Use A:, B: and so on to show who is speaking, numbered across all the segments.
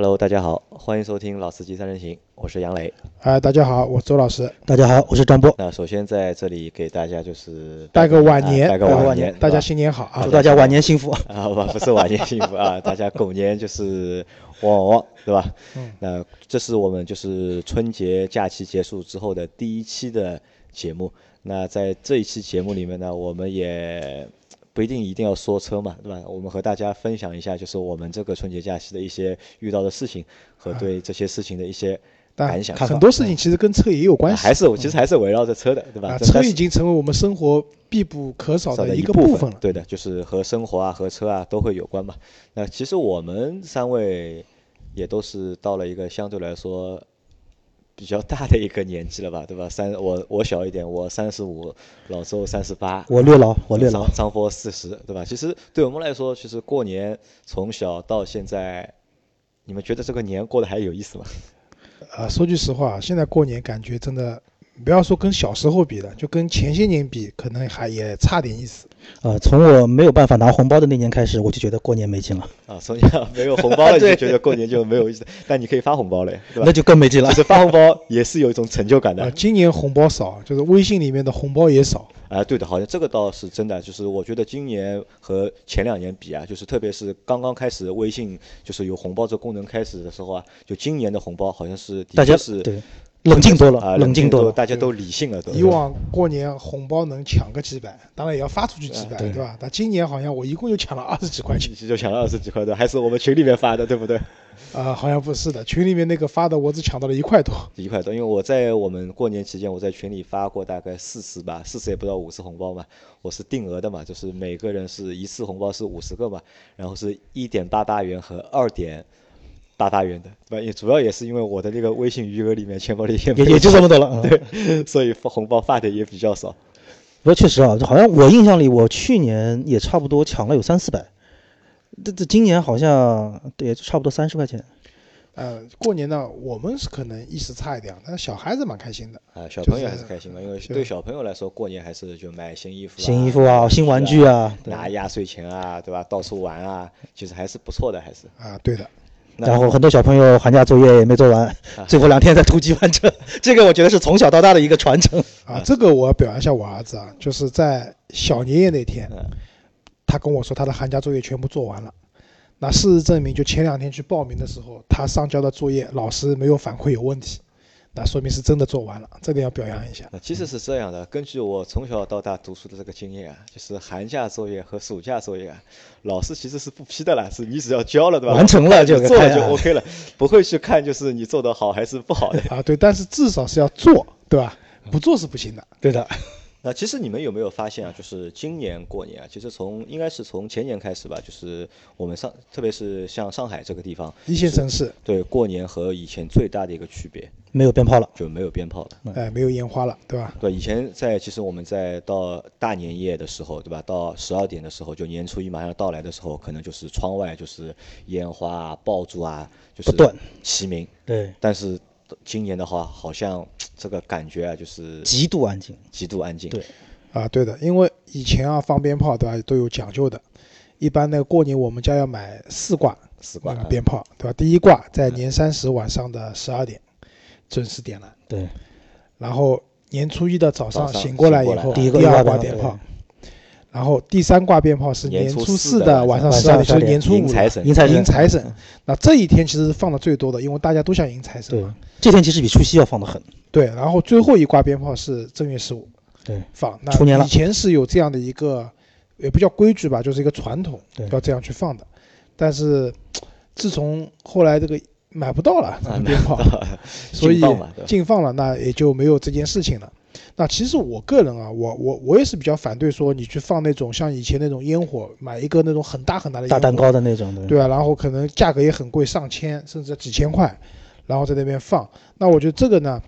A: Hello，大家好，欢迎收听《老司机三人行》，我是杨磊。
B: 哎，大家好，我周老师，
C: 大家好，我是张波，
A: 那首先在这里给大家就是
B: 拜个晚
A: 啊
B: 年，
A: 拜个
B: 啊
A: 晚年，
B: 大家
A: 是
B: 新年好啊
C: 祝！大家晚年幸福。
A: 吧啊，不不是晚年幸福啊，大家狗年就是旺旺旺，对吧？
B: 嗯，
A: 那这是我们就是春节假期结束之后的第一期的节目。那在这一期节目里面呢，我们也不一定一定要说车嘛，对吧？我们和大家分享一下，就是我们这个春节假期的一些遇到的事情和对这些事情的一些
B: 但
A: 感想。
B: 很多事情其实跟车也有关系，嗯
A: 还是我其实还是围绕着车的，对吧？
B: 啊，
A: 但是
B: 车已经成为我们生活必不可少
A: 少
B: 的
A: 的
B: 一个
A: 部
B: 分了。
A: 对的，就是和生活啊、和车啊都会有关嘛。那其实我们三位也都是到了一个相对来说比较大的一个年纪了吧，对吧？三我我小一点，我三十五，老周三十八，
C: 我略老，我略老
A: 张，张波四十，对吧？其实对我们来说，其实过年从小到现在，你们觉得这个年过得还有意思吗？
B: 啊，说句实话，现在过年感觉真的，不要说跟小时候比了，就跟前些年比，可能还也差点意思。
C: 呃，从我没有办法拿红包的那年开始，我就觉得过年没劲了，
A: 啊，从小没有红包 了，你就
C: 对
A: 觉得过年就没有意思，但你可以发红包了呀，对吧？
C: 那就 更没劲了
A: 就。是发红包也是有一种成就感的
B: 啊，今年红包少，就是微信里面的红包也少。
A: 啊，对的，好像这个倒是真的，就是我觉得今年和前两年比啊，就是特别是刚刚开始微信就是有红包这功能开始的时候啊，就今年的红包好像是的
C: 大
A: 确
C: 家
A: 是
C: 对冷静多
A: 啊
C: 了，
A: 冷
C: 冷静多了。
A: 大家都理性了都。
B: 以往过年红包能抢个几百，当然也要发出去几百，
A: 啊
C: 对
B: 对吧？但今年好像我一共就抢了二十几块钱。
A: 就抢了二十几块的，还是我们群里面发的，对不对？
B: 啊、好像不是的，群里面那个发的我只抢到了一块多。
A: 一块多，因为我在我们过年期间，我在群里发过大概四次吧，四次也不到五次红包嘛，我是定额的嘛，就是每个人是一次红包是五十个嘛，然后是一点八八元和二点八八元的，对吧？也主要也是因为我的这个微信余额里面钱包里也没
C: 也
A: 有
C: 也就这么多了。嗯、
A: 对， 所以发红包发的也比较少。
C: 不过确实啊，好像我印象里，我去年也差不多抢了有三四百，这这今年好像对也就差不多三十块钱。
B: 呃，过年呢，我们是可能意识差一点，但是小孩子蛮开心的。
A: 啊，小
B: 就
A: 朋友还
B: 是
A: 是开心嘛，因为
B: 是
A: 对小朋友来说，过年还是就买新衣服、
C: 新衣服啊，新玩具啊，
A: 拿压岁钱啊，对吧？到处玩啊，其实还是不错的，还是。
B: 啊、对的，
A: 那
C: 然后很多小朋友寒假作业也没做 完，最后两天在突击完成。这个我觉得是从小到大的一个传承。
B: 啊、这个我要表扬一下我儿子啊，就是在小年夜那天，
A: 嗯
B: 他跟我说他的寒假作业全部做完了。那事实证明，就前两天去报名的时候，他上交的作业老师没有反馈有问题，那说明是真的做完了，这点要表扬一下。
A: 那其实是这样的，根据我从小到大读书的这个经验啊，就是寒假作业和暑假作业啊，老师其实是不批的啦，是你只要交了对吧？
C: 完成了
A: 就
C: 就
A: 做了
C: 看
A: 就
C: 啊
A: OK 了，不会去看就是你做的好还是不好的。
B: 啊，对，但是至少是要做，对吧？不做是不行的。
C: 对的，
A: 那其实你们有没有发现啊？就是今年过年啊，其实从应该是从前年开始吧，就是我们上，特别是像上海这个地方，
B: 一线城市，
A: 对过年和以前最大的一个区别
C: 没有鞭炮了。
A: 就没有鞭炮了。
B: 哎、没有烟花了，对吧？
A: 对，以前在其实我们在到大年夜的时候，对吧？到十二点的时候，就年初一马上到来的时候，可能就是窗外就是烟花啊、爆竹啊，就是
C: 不断
A: 齐鸣。
C: 对，
A: 但是今年的话，好像这个感觉啊，就是
C: 极度安静。
A: 极度安静。
C: 对
B: 啊，对的，因为以前啊放鞭炮对吧都有讲究的，一般那个过年我们家要买四挂
A: 四挂
B: 那
A: 啊
B: 个鞭炮对吧？第一挂在年三十晚上的十二点准时点燃，
C: 对，
B: 然后年初一的早
A: 早
B: 上
A: 上
B: 醒过来
A: 醒过
B: 以
A: 来
B: 后，
C: 第一个
B: 二
C: 挂
B: 挂
C: 鞭
B: 鞭
C: 炮
B: 炮，然后第三挂鞭炮是
A: 年
B: 年
A: 初
B: 初
A: 四
B: 四
A: 的
B: 的晚
A: 晚
B: 上十
C: 上
B: 二点，就是年初
A: 迎
B: 五
A: 财
B: 了
A: 神，
C: 迎财神
B: 迎财神。那这一天其实是放的最多的，因为大家都想迎财神
C: 对
B: 嘛。，
C: 这天其实比除夕要放的狠。
B: 对，然后最后一挂鞭炮是正月十五。
C: 对，
B: 放。那
C: 出年了
B: 以前是有这样的一个，也不叫规矩吧，就是一个传统
C: 对，
B: 要这样去放的。但是自从后来这个买不到了这个鞭炮，所以
A: 劲爆嘛对吧
B: 禁放了，那也就没有这件事情了。那其实我个人啊，我我我也是比较反对说你去放那种像以前那种烟火，买一个那种很大很大的烟
C: 大
B: 火
C: 蛋糕的那种的。
B: 对啊，然后可能价格也很贵，上千甚至几千块，然后在那边放。那我觉得这个呢，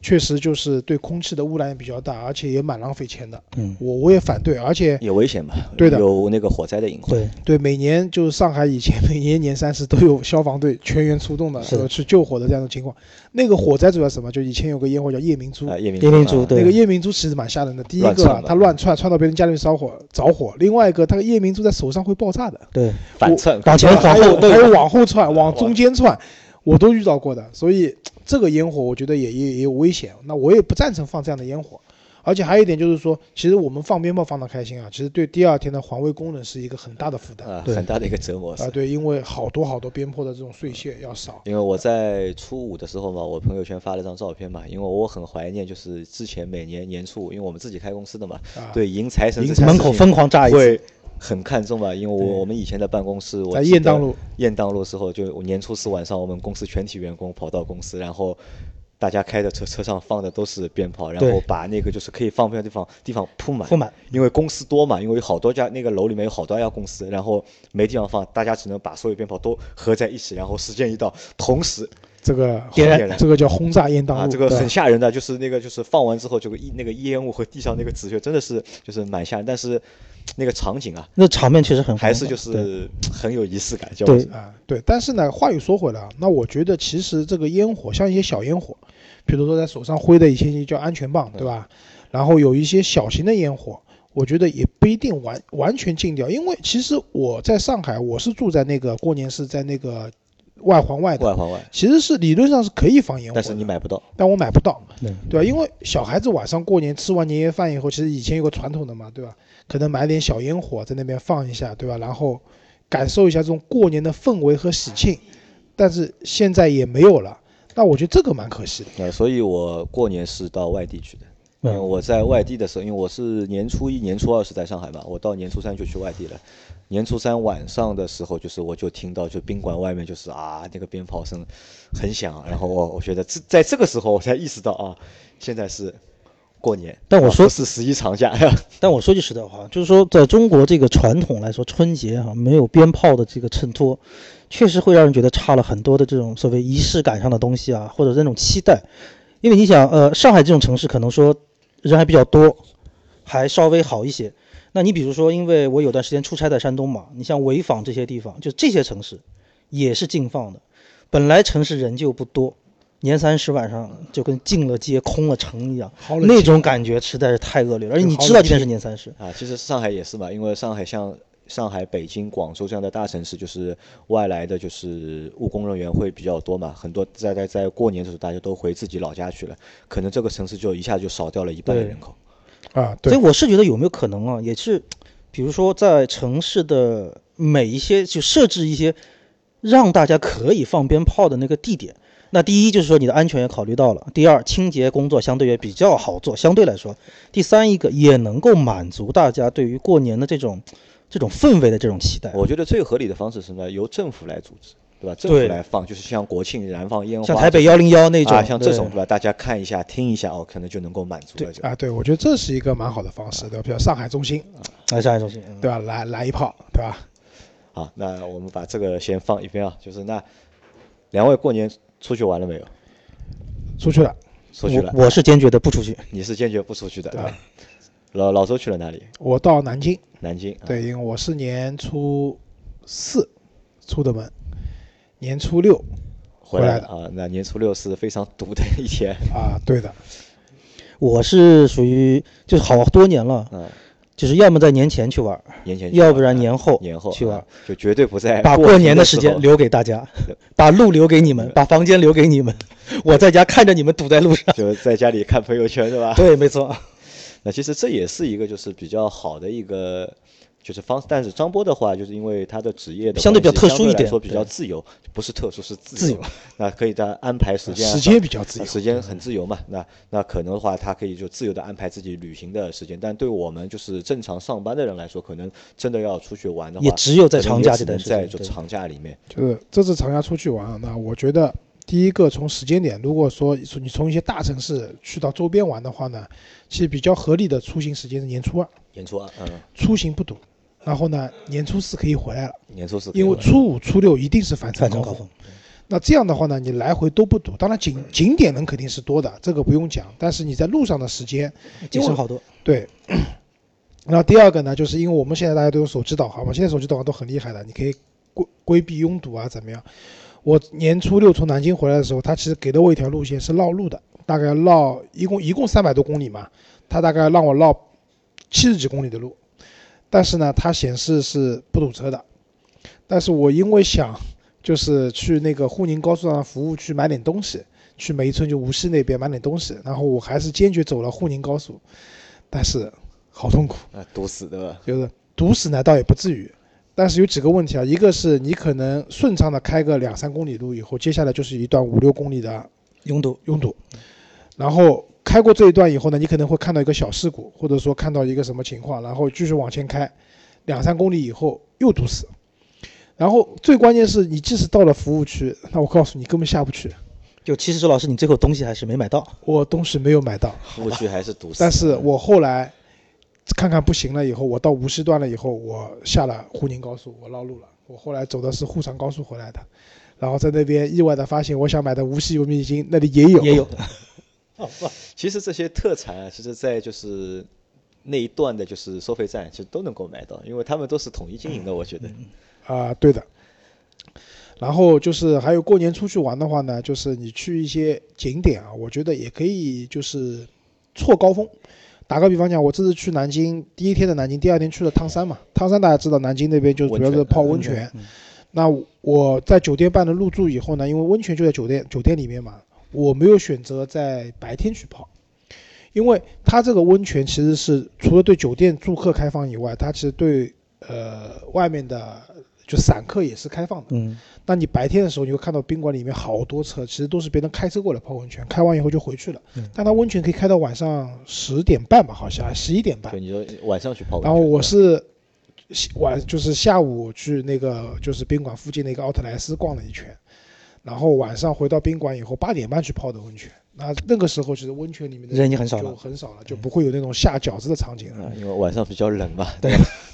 B: 确实就是对空气的污染也比较大，而且也蛮浪费钱的。
C: 嗯，
B: 我我也反对，而且
A: 也危险嘛，
B: 对的
A: 有那个火灾的隐患。
C: 对，
B: 对每年就是上海以前每年年三十都有消防队全员出动的，
C: 是的
B: 呃去救火的这样的情况。那个火灾主要是什么？就以前有个烟火叫夜明珠，
A: 啊，夜明
C: 夜明珠
A: 啊
C: 对
B: 那个夜明珠其实蛮吓人的。第一
A: 乱
B: 个
A: 窜
B: 啊，
A: 嘛
B: 它乱窜，窜到别人家里面烧火着火；另外一个，它个夜明珠在手上会爆炸的，
C: 对，
A: 反窜，
C: 往前
B: 还
C: 往
B: 有
C: 后都
B: 还
C: 有
B: 有往后窜，往
A: 往
B: 中间窜，我都遇到过的。所以这个烟火，我觉得也也也有危险。那我也不赞成放这样的烟火。而且还有一点就是说，其实我们放鞭炮放的开心啊，其实对第二天的环卫工人是一个很大的负担啊、
A: 啊，
C: 对
A: 很大的一个折磨。是
B: 对，因为好多好多鞭炮的这种碎屑要少。
A: 因为我在初五的时候嘛，我朋友圈发了张照片嘛，因为我很怀念，就是之前每年年初五，因为我们自己开公司的嘛，
B: 啊
A: 对迎财神这
B: 迎
A: 项
C: 门
A: 事
C: 口
A: 情
C: 疯狂炸一次，
A: 会很看重嘛，因为我我们以前的办公室，我
B: 在
A: 记
B: 雁
A: 得
B: 荡路，
A: 雁荡路时候，就我年初四晚上，我们公司全体员工跑到公司，然后大家开的车车上放的都是鞭炮，然
C: 对
A: 后把那个就是可以放鞭的地方地方铺满，
C: 铺满，
A: 因为公司多嘛，因为有好多家那个楼里面有好多家公司，然后没地方放，大家只能把所有鞭炮都合在一起，然后时间一到，同时
B: 这个
A: 点燃
B: 这个叫轰炸雁荡路，
A: 啊，这个
B: 对
A: 很吓人的，就是那个就是放完之后，这个一那个烟雾和地上那个纸屑真的是就是蛮吓人，但是那个场景啊，
C: 那场面确实很
A: 还是就
C: 对
A: 是很有仪式感，叫
C: 对
B: 啊，对。但是呢，话又说回来啊，那我觉得其实这个烟火，像一些小烟火，比如说在手上挥的一些叫安全棒，对吧？然后有一些小型的烟火，我觉得也不一定完完全禁掉，因为其实我在上海，我是住在那个过年是在那个外环外的，
A: 外环外，
B: 其实是理论上是可以放烟火
A: 但
B: 的，
A: 是你买不到，
C: 啊
B: 但我买不到，
C: 对
B: 对吧？啊因为小孩子晚上过年吃完年夜饭以后，其实以前有个传统的嘛，对吧？可能买点小烟火在那边放一下，对吧？然后感受一下这种过年的氛围和喜庆，但是现在也没有了，那我觉得这个蛮可惜的。
A: 呃，所以我过年是到外地去的。因为
C: 嗯，
A: 我在外地的时候，因为我是年初一、年初二是在上海嘛，我到年初三就去外地了。年初三晚上的时候，就是我就听到就宾馆外面就是啊那个鞭炮声很响，然后我我觉得这在这个时候我才意识到啊，现在是过年，
C: 但我
A: 啊
C: 说
A: 不是十一长假，
C: 但我说句实在话，就是说，在中国这个传统来说，春节哈、没有鞭炮的这个衬托，确实会让人觉得差了很多的这种所谓仪式感上的东西啊，或者那种期待。因为你想，呃，上海这种城市可能说人还比较多，还稍微好一些。那你比如说，因为我有段时间出差在山东嘛，你像潍坊这些地方，就这些城市也是禁放的。本来城市人就不多，年三十晚上就跟进了街、空了城一样，
B: 好冷
C: 那
B: 静
C: 种感觉实在是太恶劣了。而且你
B: 好
C: 知道
B: 冷
C: 今
B: 静
C: 天是年三十，
A: 啊，其实上海也是嘛，因为上海像上海、北京、广州这样的大城市，就是外来的就是务工人员会比较多嘛，很多在在在过年的时候大家都回自己老家去了，可能这个城市就一下就少掉了一半的
C: 对
A: 人口。
B: 啊，
C: 所
B: 对，
C: 以我是觉得有没有可能啊，也是，比如说在城市的每一些就设置一些让大家可以放鞭炮的那个地点。那第一就是说你的安全也考虑到了，第二清洁工作相对也比较好做，相对来说，第三一个也能够满足大家对于过年的这种这种氛围的这种期待。
A: 我觉得最合理的方式是什么呢？由政府来组织，对吧？政府
C: 对
A: 来放，就是像国庆燃放烟花，
C: 像台北幺零幺那种，
A: 啊，像这
C: 对
A: 种对吧？大家看一下、听一下哦，可能就能够满足了。就
B: 啊，对，我觉得这是一个蛮好的方式，对吧？比如上海中心，
C: 哎，上海中心，啊嗯
B: 对吧？来来一炮，对吧？
A: 好，那我们把这个先放一边啊。就是那两位过年出去玩了没有？
B: 出去了，
A: 出去了，
C: 我我是坚决的不出去。
A: 你是坚决不出去的。啊
B: 对吧？
A: 老老周去了哪里？
B: 我到南京，
A: 南京。啊，
B: 对，因为我是年初四出的门，年初六
A: 回
B: 回
A: 来
B: 来
A: 了啊。那年初六是非常毒的一天。
B: 啊，对的，
C: 我是属于就是好多年了，
A: 嗯，
C: 就是要么在年前去玩儿，
A: 年前去
C: 要
A: 玩
C: 不然
A: 啊
C: 年后
A: 年后
C: 去
A: 啊
C: 玩儿，
A: 就绝对不在
C: 把
A: 过
C: 过年
A: 的
C: 时
A: 候
C: 间留 给大家
A: 对，
C: 把路留给你们，把房间留给你们， 我在家看着你们堵在路上。
A: 就在家里看朋友圈，对吧？
C: 对，没错，
A: 那其实这也是一个就是比较好的一个就是方式，但是张波的话，就是因为他的职业的
C: 相对
A: 关系
C: 比较特殊一
A: 相
C: 点
A: 对来说比较
C: 对
A: 自由，不是特殊是自
C: 自
A: 由
C: 由
A: 那可以他安排时间啊，
B: 时间比较自由
A: 呃时间很自由嘛。那那可能的话，他可以就自由的安排自己旅行的时间，但对我们就是正常上班的人来说，可能真的要出去玩的话，
C: 啊也只有在
A: 可能
C: 长
A: 也
C: 假
A: 只
C: 这段
A: 能
C: 时间
A: 在就
C: 对
A: 长假里面。
B: 就是这次长假出去玩啊，那我觉得第一个从时间点，如果说你从一些大城市去到周边玩的话呢，其实比较合理的出行时间是年初二，
A: 年初二，嗯，
B: 出啊行不堵，然后呢年初四可以回来了，
A: 年初四可以
B: 因为
A: 玩
B: 初五、初六一定是返程
C: 反正
B: 高
C: 高
B: 峰
C: 峰。
B: 那这样的话呢，你来回都不堵，当然景景点人肯定是多的，这个不用讲，但是你在路上的时间，
C: 节省好多。
B: 对。 那第二个呢，就是因为我们现在大家都用手机导航嘛，现在手机导航都很厉害的，你可以规规避拥堵啊，怎么样？我年初六从南京回来的时候，他其实给了我一条路线是绕路的，大概绕一共一共三百多公里嘛，他大概让我绕七十几公里的路，但是呢，它显示是不堵车的，但是我因为想就是去那个沪宁高速上的服务区买点东西，去梅村就无锡那边买点东西，然后我还是坚决走了沪宁高速，但是好痛苦。
A: 啊，堵死对吧？
B: 就是堵死呢倒也不至于，但是有几个问题啊，一个是你可能顺畅的开个两三公里路以后，接下来就是一段五六公里的
C: 拥堵，
B: 拥堵，然后开过这一段以后呢，你可能会看到一个小事故，或者说看到一个什么情况，然后继续往前开，两三公里以后又堵死，然后最关键是你即使到了服务区，那我告诉你根本下不去，
C: 就其实周老师，你最后东西还是没买到。
B: 我东西没有买到，
A: 服务区还是堵死。
B: 但是我后来看看不行了以后，我到无锡段了以后，我下了沪宁高速，我绕路了。我后来走的是沪长高速回来的，然后在那边意外的发现，我想买的无锡油面筋那里也有，
C: 也有，
A: 其实这些特产啊，其实在就是那一段的，就是收费站，其实都能够买到，因为他们都是统一经
B: 嗯
A: 营的，我觉得。
B: 啊、对的。然后就是还有过年出去玩的话呢，就是你去一些景点啊，我觉得也可以就是错高峰。打个比方讲，我这次去南京，第一天的南京，第二天去了汤山嘛。汤山大家知道，南京那边就主要是泡温
C: 温泉
B: 泉。那我在酒店办了入住以后呢，因为温泉就在酒店酒店里面嘛，我没有选择在白天去泡，因为它这个温泉其实是除了对酒店住客开放以外，它其实对呃外面的就散客也是开放的。
C: 嗯，
B: 那你白天的时候，你会看到宾馆里面好多车，其实都是别人开车过来泡温泉，开完以后就回去了。
C: 嗯
B: 但它温泉可以开到晚上十点半吧，好像十一点半
A: 就。你说晚上去泡温泉。
B: 然后我
A: 对吧
B: 是晚就是下午去那个就是宾馆附近的一个奥特莱斯逛了一圈，然后晚上回到宾馆以后八点半去泡的温泉。那那个时候其实温泉里面的
C: 人已经很少
B: 就
C: 了。
B: 很少了，就不会有那种下饺子的场景了。
A: 啊，因为晚上比较冷嘛。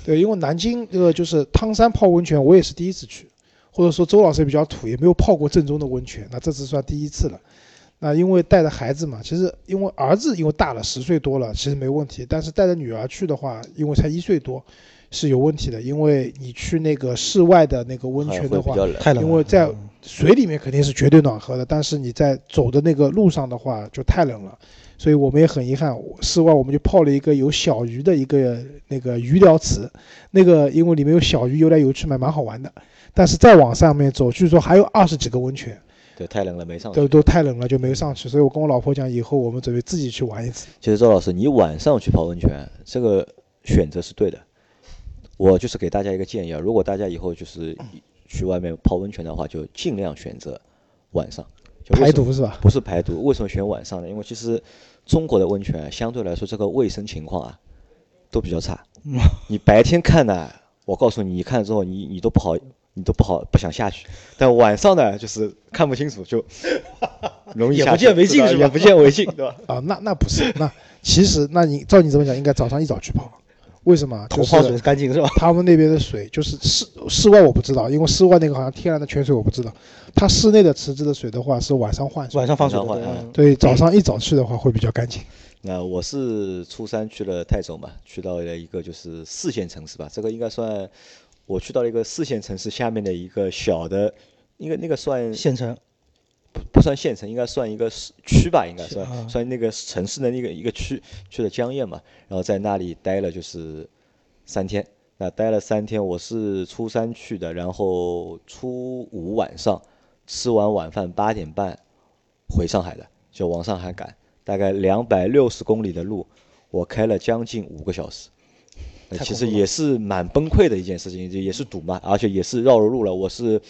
B: 对，因为南京这个就是汤山泡温泉，我也是第一次去，或者说周老师也比较土，也没有泡过正宗的温泉，那这次算第一次了。那因为带着孩子嘛，其实因为儿子因为大了十岁多了，其实没问题。但是带着女儿去的话，因为才一岁多，是有问题的。因为你去那个室外的那个温
A: 还
B: 泉
A: 会
B: 的
A: 比
B: 话，
A: 较冷。
C: 太冷了，
B: 因为在
C: 嗯
B: 水里面肯定是绝对暖和的，但是你在走的那个路上的话就太冷了，所以我们也很遗憾，我室外我们就泡了一个有小鱼的一个那个鱼疗池，那个因为里面有小鱼游来游去嘛，蛮好玩的。但是再往上面走，据说还有二十几个温泉，
A: 对，太冷了没上
C: 哦
A: 去。
B: 都都太冷了就没有上去，所以我跟我老婆讲，以后我们准备自己去玩一次。
A: 其实周老师，你晚上去泡温泉这个选择是对的。我就是给大家一个建议啊，如果大家以后就是去外面泡温泉的话，就尽量选择晚上。就为
B: 排
A: 什么
B: 毒是吧？
A: 不是排毒，为什么选晚上呢？因为其实中国的温泉啊相对来说这个卫生情况啊都比较差。
C: 嗯
A: 你白天看呢，我告诉你，你看了之后你你都不好，你都不好不想下去。但晚上呢，就是看不清楚，就 容易
C: 眼
A: 下
C: 不
A: 去
C: 见为净
A: 对吧
C: 是吧
A: 眼不见为净，对吧？
B: 啊，那那不是，那其实那你照你这么讲，应该早上一早去泡，为什么？
C: 头
B: 就是
C: 泡水干净是吧？
B: 他们那边的水就是室室外我不知道，因为室外那个好像天然的泉水我不知道。它室内的池子的水的话是晚上换水，
C: 晚上放水的
A: 晚上
C: 对
A: 换
C: 嗯
B: 对，早上一早去的话会比较干净。
A: 那我是初三去了泰州嘛，去到了一个就是四线城市吧，这个应该算我去到了一个四线城市下面的一个小的，应该那个算
C: 县城
A: 不不算县城，应该算一个市区吧，应该
C: 区
A: 算、
C: 啊
A: 算那个城市的那个一个区，去了江堰嘛，然后在那里待了就是三天。那待了三天，我是初三去的，然后初五晚上吃完晚饭八点半回上海的，就往上海赶，大概两百六十公里的路，我开了将近五个小时。那
C: 太
A: 其
C: 恐
A: 实
C: 怖了
A: 也是蛮崩溃的一件事情，也是堵嘛，而且也是绕了路了。我是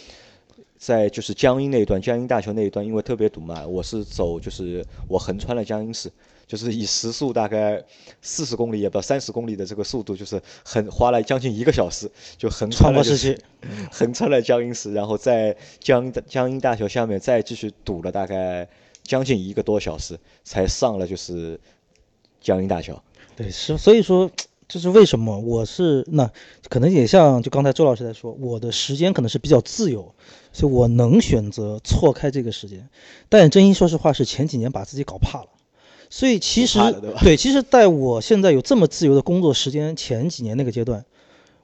A: 在就是江阴那一段，江阴大桥那一段，因为特别堵嘛，我是走就是我横穿了江阴市，就是以时速大概四十公里也不到三十公里的这个速度，就是很花了将近一个小时，就横嗯穿
C: 穿过
A: 了、就
C: 市
A: 是、
C: 区，
A: 横穿了江阴市，然后在江江阴大桥下面再继续堵了大概将近一个多小时，才上了就是江阴大桥。
C: 对，是所以说这是为什么？我是那可能也像就刚才周老师在说，我的时间可能是比较自由，所以我能选择错开这个时间。但真心说实话，是前几年把自己搞怕了。所以其实
A: 怕了对吧
C: 对，其实在我现在有这么自由的工作时间前几年那个阶段，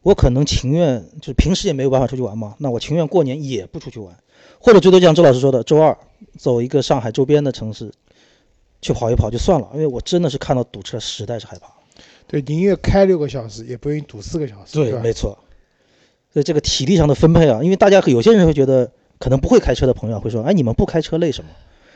C: 我可能情愿就是平时也没有办法出去玩嘛，那我情愿过年也不出去玩，或者最多就像周老师说的，周二走一个上海周边的城市去跑一跑就算了，因为我真的是看到堵车实在是害怕。
B: 对，宁愿开六个小时，也不愿意堵四个小时，对吧？
C: 没错。所以这个体力上的分配啊，因为大家有些人会觉得，可能不会开车的朋友会说，哎，你们不开车累什么？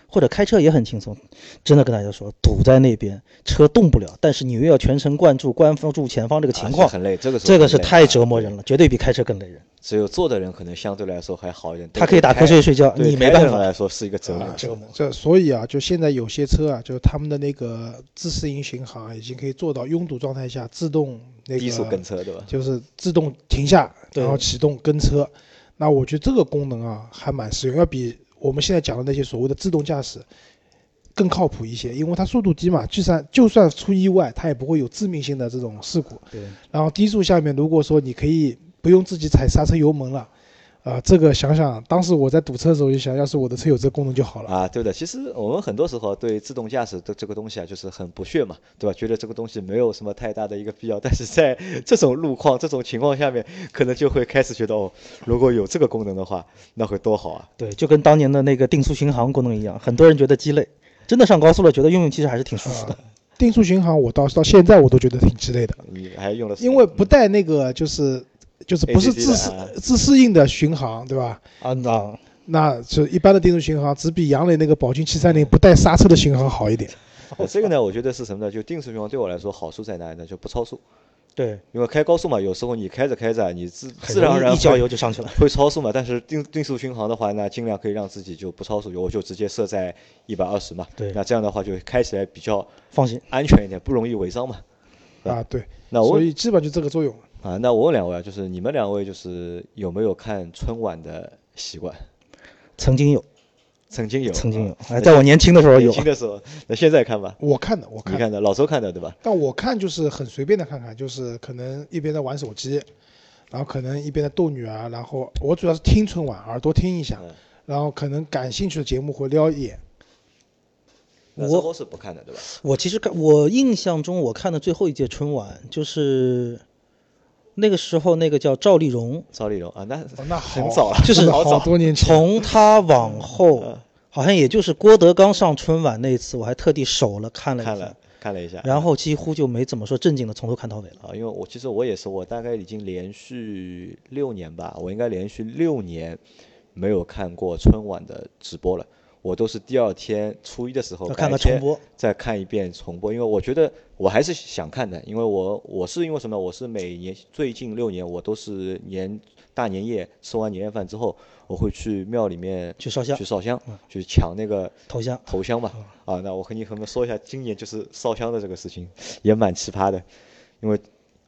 C: 或者开车也很轻松。真的跟大家说，堵在那边，车动不了，但是你又要全神贯注关注前方这个情况，
A: 啊是很累，这个时候
C: 这个
A: 很
C: 是
A: 累
C: 太
A: 啊
C: 折磨人了，绝对比开车更累人。
A: 只有坐的人可能相对来说还好一点，
C: 他可以打瞌
A: 开
C: 睡睡觉，
A: 对
C: 你没
A: 开的
C: 办
A: 人
C: 法。
A: 来说是一个折磨
B: 啊。这这所以啊，就现在有些车啊，就是他们的那个自适应巡航啊已经可以做到拥堵状态下自动那个
A: 低
C: 啊
A: 速跟车对吧？
B: 就是自动停下，
C: 对
B: 然后启动跟车。那我觉得这个功能啊，还蛮实用，要比我们现在讲的那些所谓的自动驾驶更靠谱一些，因为它速度低嘛，就算就算出意外，它也不会有致命性的这种事故。
C: 对，
B: 然后低速下面，如果说你可以不用自己踩刹车油门了，啊、这个想想，当时我在堵车的时候就想，要是我的车有这个功能就好了。
A: 啊，对的。其实我们很多时候对自动驾驶的这个东西啊，就是很不屑嘛，对吧？觉得这个东西没有什么太大的一个必要。但是在 这种路况、这种情况下面，可能就会开始觉得哦，如果有这个功能的话，那会多好啊！
C: 对，就跟当年的那个定速巡航功能一样，很多人觉得鸡肋，真的上高速了，觉得用用其实还是挺舒服的。
B: 定速巡航，我到到现在我都觉得挺鸡肋的，
A: 你还用了什么，
B: 因为不带那个就是就是不是
A: ACC
B: 自适
A: 的啊
B: 自适应的巡航，对吧？
C: 啊，那
B: 那就一般的定速巡航只比杨磊那个宝骏七三零不带刹车的巡航好一点。
A: 呃这个呢，我觉得是什么呢？就定速巡航对我来说好处在哪里呢？就不超速，
C: 对，
A: 因为开高速嘛，有时候你开着开着啊，你自
C: 很
A: 自然而
C: 容易
A: 然
C: 一脚
A: 会
C: 油就上去了。
A: 会超速嘛，但是定定速巡航的话呢，尽量可以让自己就不超速，我就直接设在一百二十嘛。
C: 对
A: 那这样的话就开起来比较
C: 放心，
A: 安全一点，不容易违章嘛。
B: 啊，对，
A: 那我
B: 所
A: 问
B: 以基本就这个作用。
A: 啊，那我问两位啊，就是你们两位就是有没有看春晚的习惯？
C: 曾经有，
A: 曾经有，
C: 曾经有
A: 啊，
C: 哎，在我年轻的时候
A: 年
C: 有。
A: 轻的时候， 那现在看吧，
B: 我看的，我
A: 你
B: 看的，
A: 看的，老周看的对吧？
B: 但我看就是很随便的看看，就是可能一边在玩手机，然后可能一边在逗女儿，然后我主要是听春晚，耳朵听一下
A: 嗯，
B: 然后可能感兴趣的节目会撩一眼。
A: 那
C: 我
A: 周是不看的对吧？
C: 我其实看，我印象中我看的最后一届春晚就是那个时候，那个叫赵丽蓉，
A: 赵丽蓉啊，那
B: 哦那
A: 很
B: 好
A: 早了，
C: 就是
A: 好
B: 好
A: 早。
B: 多年前，
C: 从她往
A: 嗯
C: 后，好像也就是郭德纲上春晚那一次，我还特地守了看了一
A: 看
C: 下
A: 了，看了一下，
C: 然后几乎就没怎么说正经的从头看到尾了。
A: 啊，因为我其实我也是，我大概已经连续六年吧，我应该连续六年没有看过春晚的直播了。我都是第二天初一的时候
C: 要看
A: 白
C: 个重
A: 天
C: 播
A: 再看一遍重播，因为我觉得我还是想看的，因为我我是因为什么？我是每年最近六年我都是年大年夜吃完年夜饭之后，我会去庙里面
C: 去烧香嗯
A: 去烧香，去抢那个
C: 头像
A: 头香嘛，啊，那我和你和你们说一下，今年就是烧香的这个事情也蛮奇葩的，因为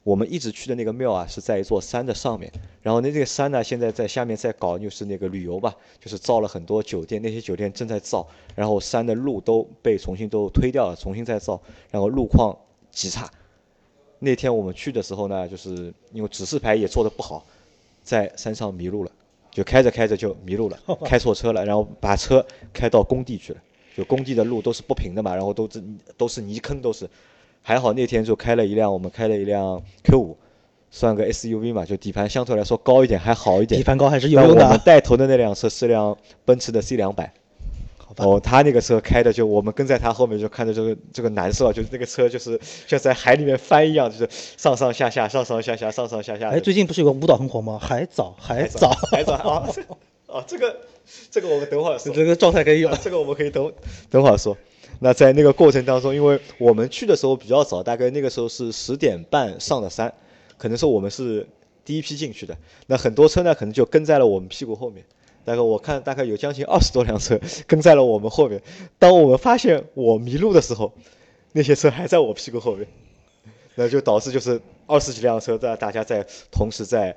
A: 我们一直去的那个庙啊是在一座山的上面，然后那这个山呢现在在下面在搞就是那个旅游吧，就是造了很多酒店，那些酒店正在造，然后山的路都被重新都推掉了，重新再造，然后路况极差。那天我们去的时候呢，就是因为指示牌也做的不好，在山上迷路了，就开着开着就迷 路了，开错车了，然后把车开到工地去了。就工地的路都是不平的嘛，然后都是都是泥坑，都是。还好那天就开了一辆，我们开了一辆 Q 五，算个 SUV 嘛，就底盘相对来说高一点，还好一点。
C: 底盘高还是有
A: 然后
C: 用的
A: 我们
C: 啊，
A: 带头的那辆车是辆奔驰的 C 两百，
C: 好吧？
A: 哦，他那个车开的就我们跟在他后面就看着这个这个难受啊，就是那个车就是像在海里面翻一样，就是上上下下，上上下下，上上下下。
C: 哎，最近不是有个舞蹈很火吗？海藻，海藻，
A: 还早啊！哦， 这个这个我们等会儿说。
C: 这个状态可以有
A: 啊。这个我们可以等等会儿说。那在那个过程当中，因为我们去的时候比较早，大概那个时候是十点半上的山，可能是我们是第一批进去的。那很多车呢，可能就跟在了我们屁股后面。大概我看大概有将近二十多辆车 跟在了我们后面。当我们发现我迷路的时候，那些车还在我屁股后面，那就导致就是二十几辆车在大家在同时在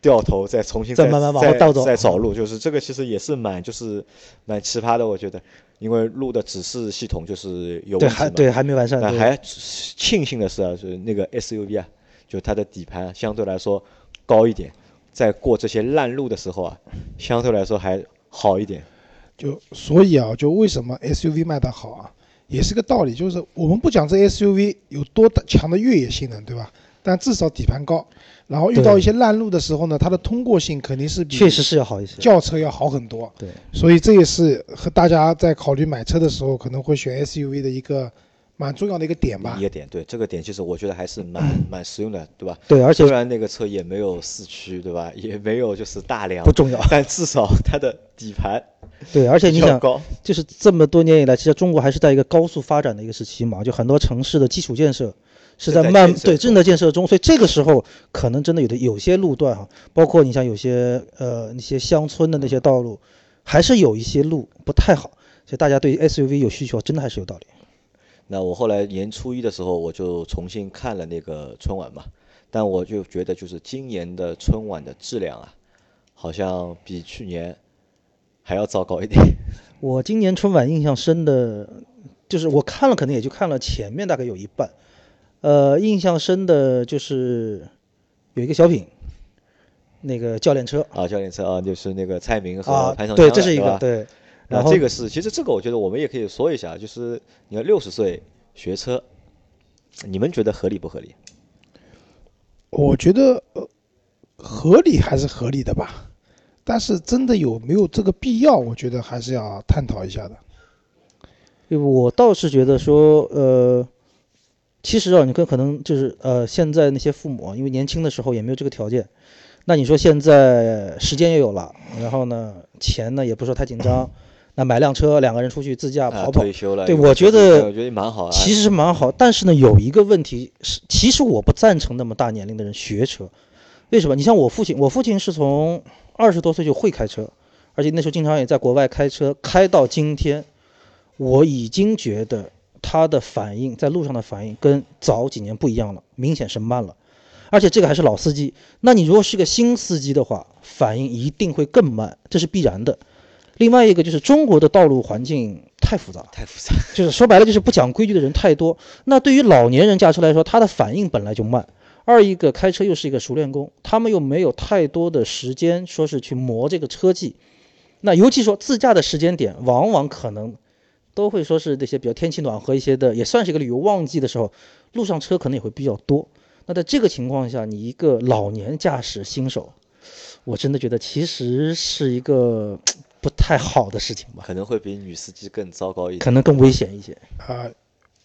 A: 掉头，再重新
C: 再慢慢往后
A: 再
C: 倒走
A: 再找路，就是这个其实也是蛮就是蛮奇葩的，我觉得，因为路的指示系统就是有问题
C: 对，
A: 嘛
C: 还。对还没完善。
A: 那
C: 对
A: 还庆幸的是啊，就是那个 SUV 啊，就它的底盘相对来说高一点，在过这些烂路的时候啊，相对来说还好一点。
B: 就所以啊，就为什么 SUV 卖得好啊，也是个道理，就是我们不讲这 SUV 有多大强的越野性能，对吧？但至少底盘高，然后遇到
C: 对
B: 一些烂路的时候呢，它的通过性肯定是比
C: 确实是要好一些。
B: 轿车要好很多。
C: 对，
B: 所以这也是和大家在考虑买车的时候可能会选 SUV 的一个蛮重要的一个点吧
A: 一。个点，对这个点，其实我觉得还是蛮蛮实用的，对吧？
C: 对，嗯而且
A: 虽然那个车也没有四驱，对吧？也没有就是大梁
C: 不，重要。
A: 但至少它的底盘
C: 对，而且你
A: 要
C: 想，
A: 高。
C: 就是这么多年以来，其实中国还是在一个高速发展的一个时期嘛，就很多城市的基础建设是在
A: 正在
C: 慢
A: 建设
C: 对
A: 中
C: 正在建设中，所以这个时候可能真的有的有些路段哈、包括你像有些呃那些乡村的那些道路，还是有一些路不太好，所以大家对于 SUV 有需求，真的还是有道理。
A: 那我后来年初一的时候，我就重新看了那个春晚嘛，但我就觉得就是今年的春晚的质量啊，好像比去年还要糟糕一点。
C: 我今年春晚印象深的，就是我看了，可能也就看了前面大概有一半。呃，印象深的就是有一个小品，那个教练车
A: 啊，教练车啊，就是那个蔡明和
C: 啊
A: 潘，长江、
C: 对，这是一个
A: 吧
C: 对。然
A: 那
C: 后
A: 这个是，其实这个我觉得我们也可以说一下，就是你看六十岁学车，你们觉得合理不合理？
B: 我觉得、呃、合理还是合理的吧，但是真的有没有这个必要，我觉得还是要探讨一下的。
C: 我倒是觉得说，呃，其实啊，你跟可能就是呃，现在那些父母啊，因为年轻的时候也没有这个条件，那你说现在时间也有了，然后呢，钱呢也不是说太紧张，那买辆车，两个人出去自驾
A: 啊
C: 跑跑，
A: 退休了，
C: 对
A: 有车
C: 我觉
A: 子
C: 得
A: 开我觉得蛮好啊。
C: 其实是蛮好，但是呢，有一个问题是，其实我不赞成那么大年龄的人学车，为什么？你像我父亲，我父亲是从二十多岁就会开车，而且那时候经常也在国外开车，开到今天，我已经觉得他的反应在路上的反应跟早几年不一样了，明显是慢了，而且这个还是老司机。那你如果是个新司机的话，反应一定会更慢，这是必然的。另外一个就是中国的道路环境太复杂了。
A: 太复杂，
C: 就是说白了，就是不讲规矩的人太多。那对于老年人驾车来说，他的反应本来就慢。二一个开车又是一个熟练工，他们又没有太多的时间说是去磨这个车技。那尤其说自驾的时间点，往往可能都会说是这些比较天气暖和一些的，也算是一个旅游旺季的时候，路上车可能也会比较多。那在这个情况下，你一个老年驾驶新手，我真的觉得其实是一个不太好的事情吧，
A: 可能会比女司机更糟糕一
C: 可
A: 点。
C: 能更危险一些。
B: 啊、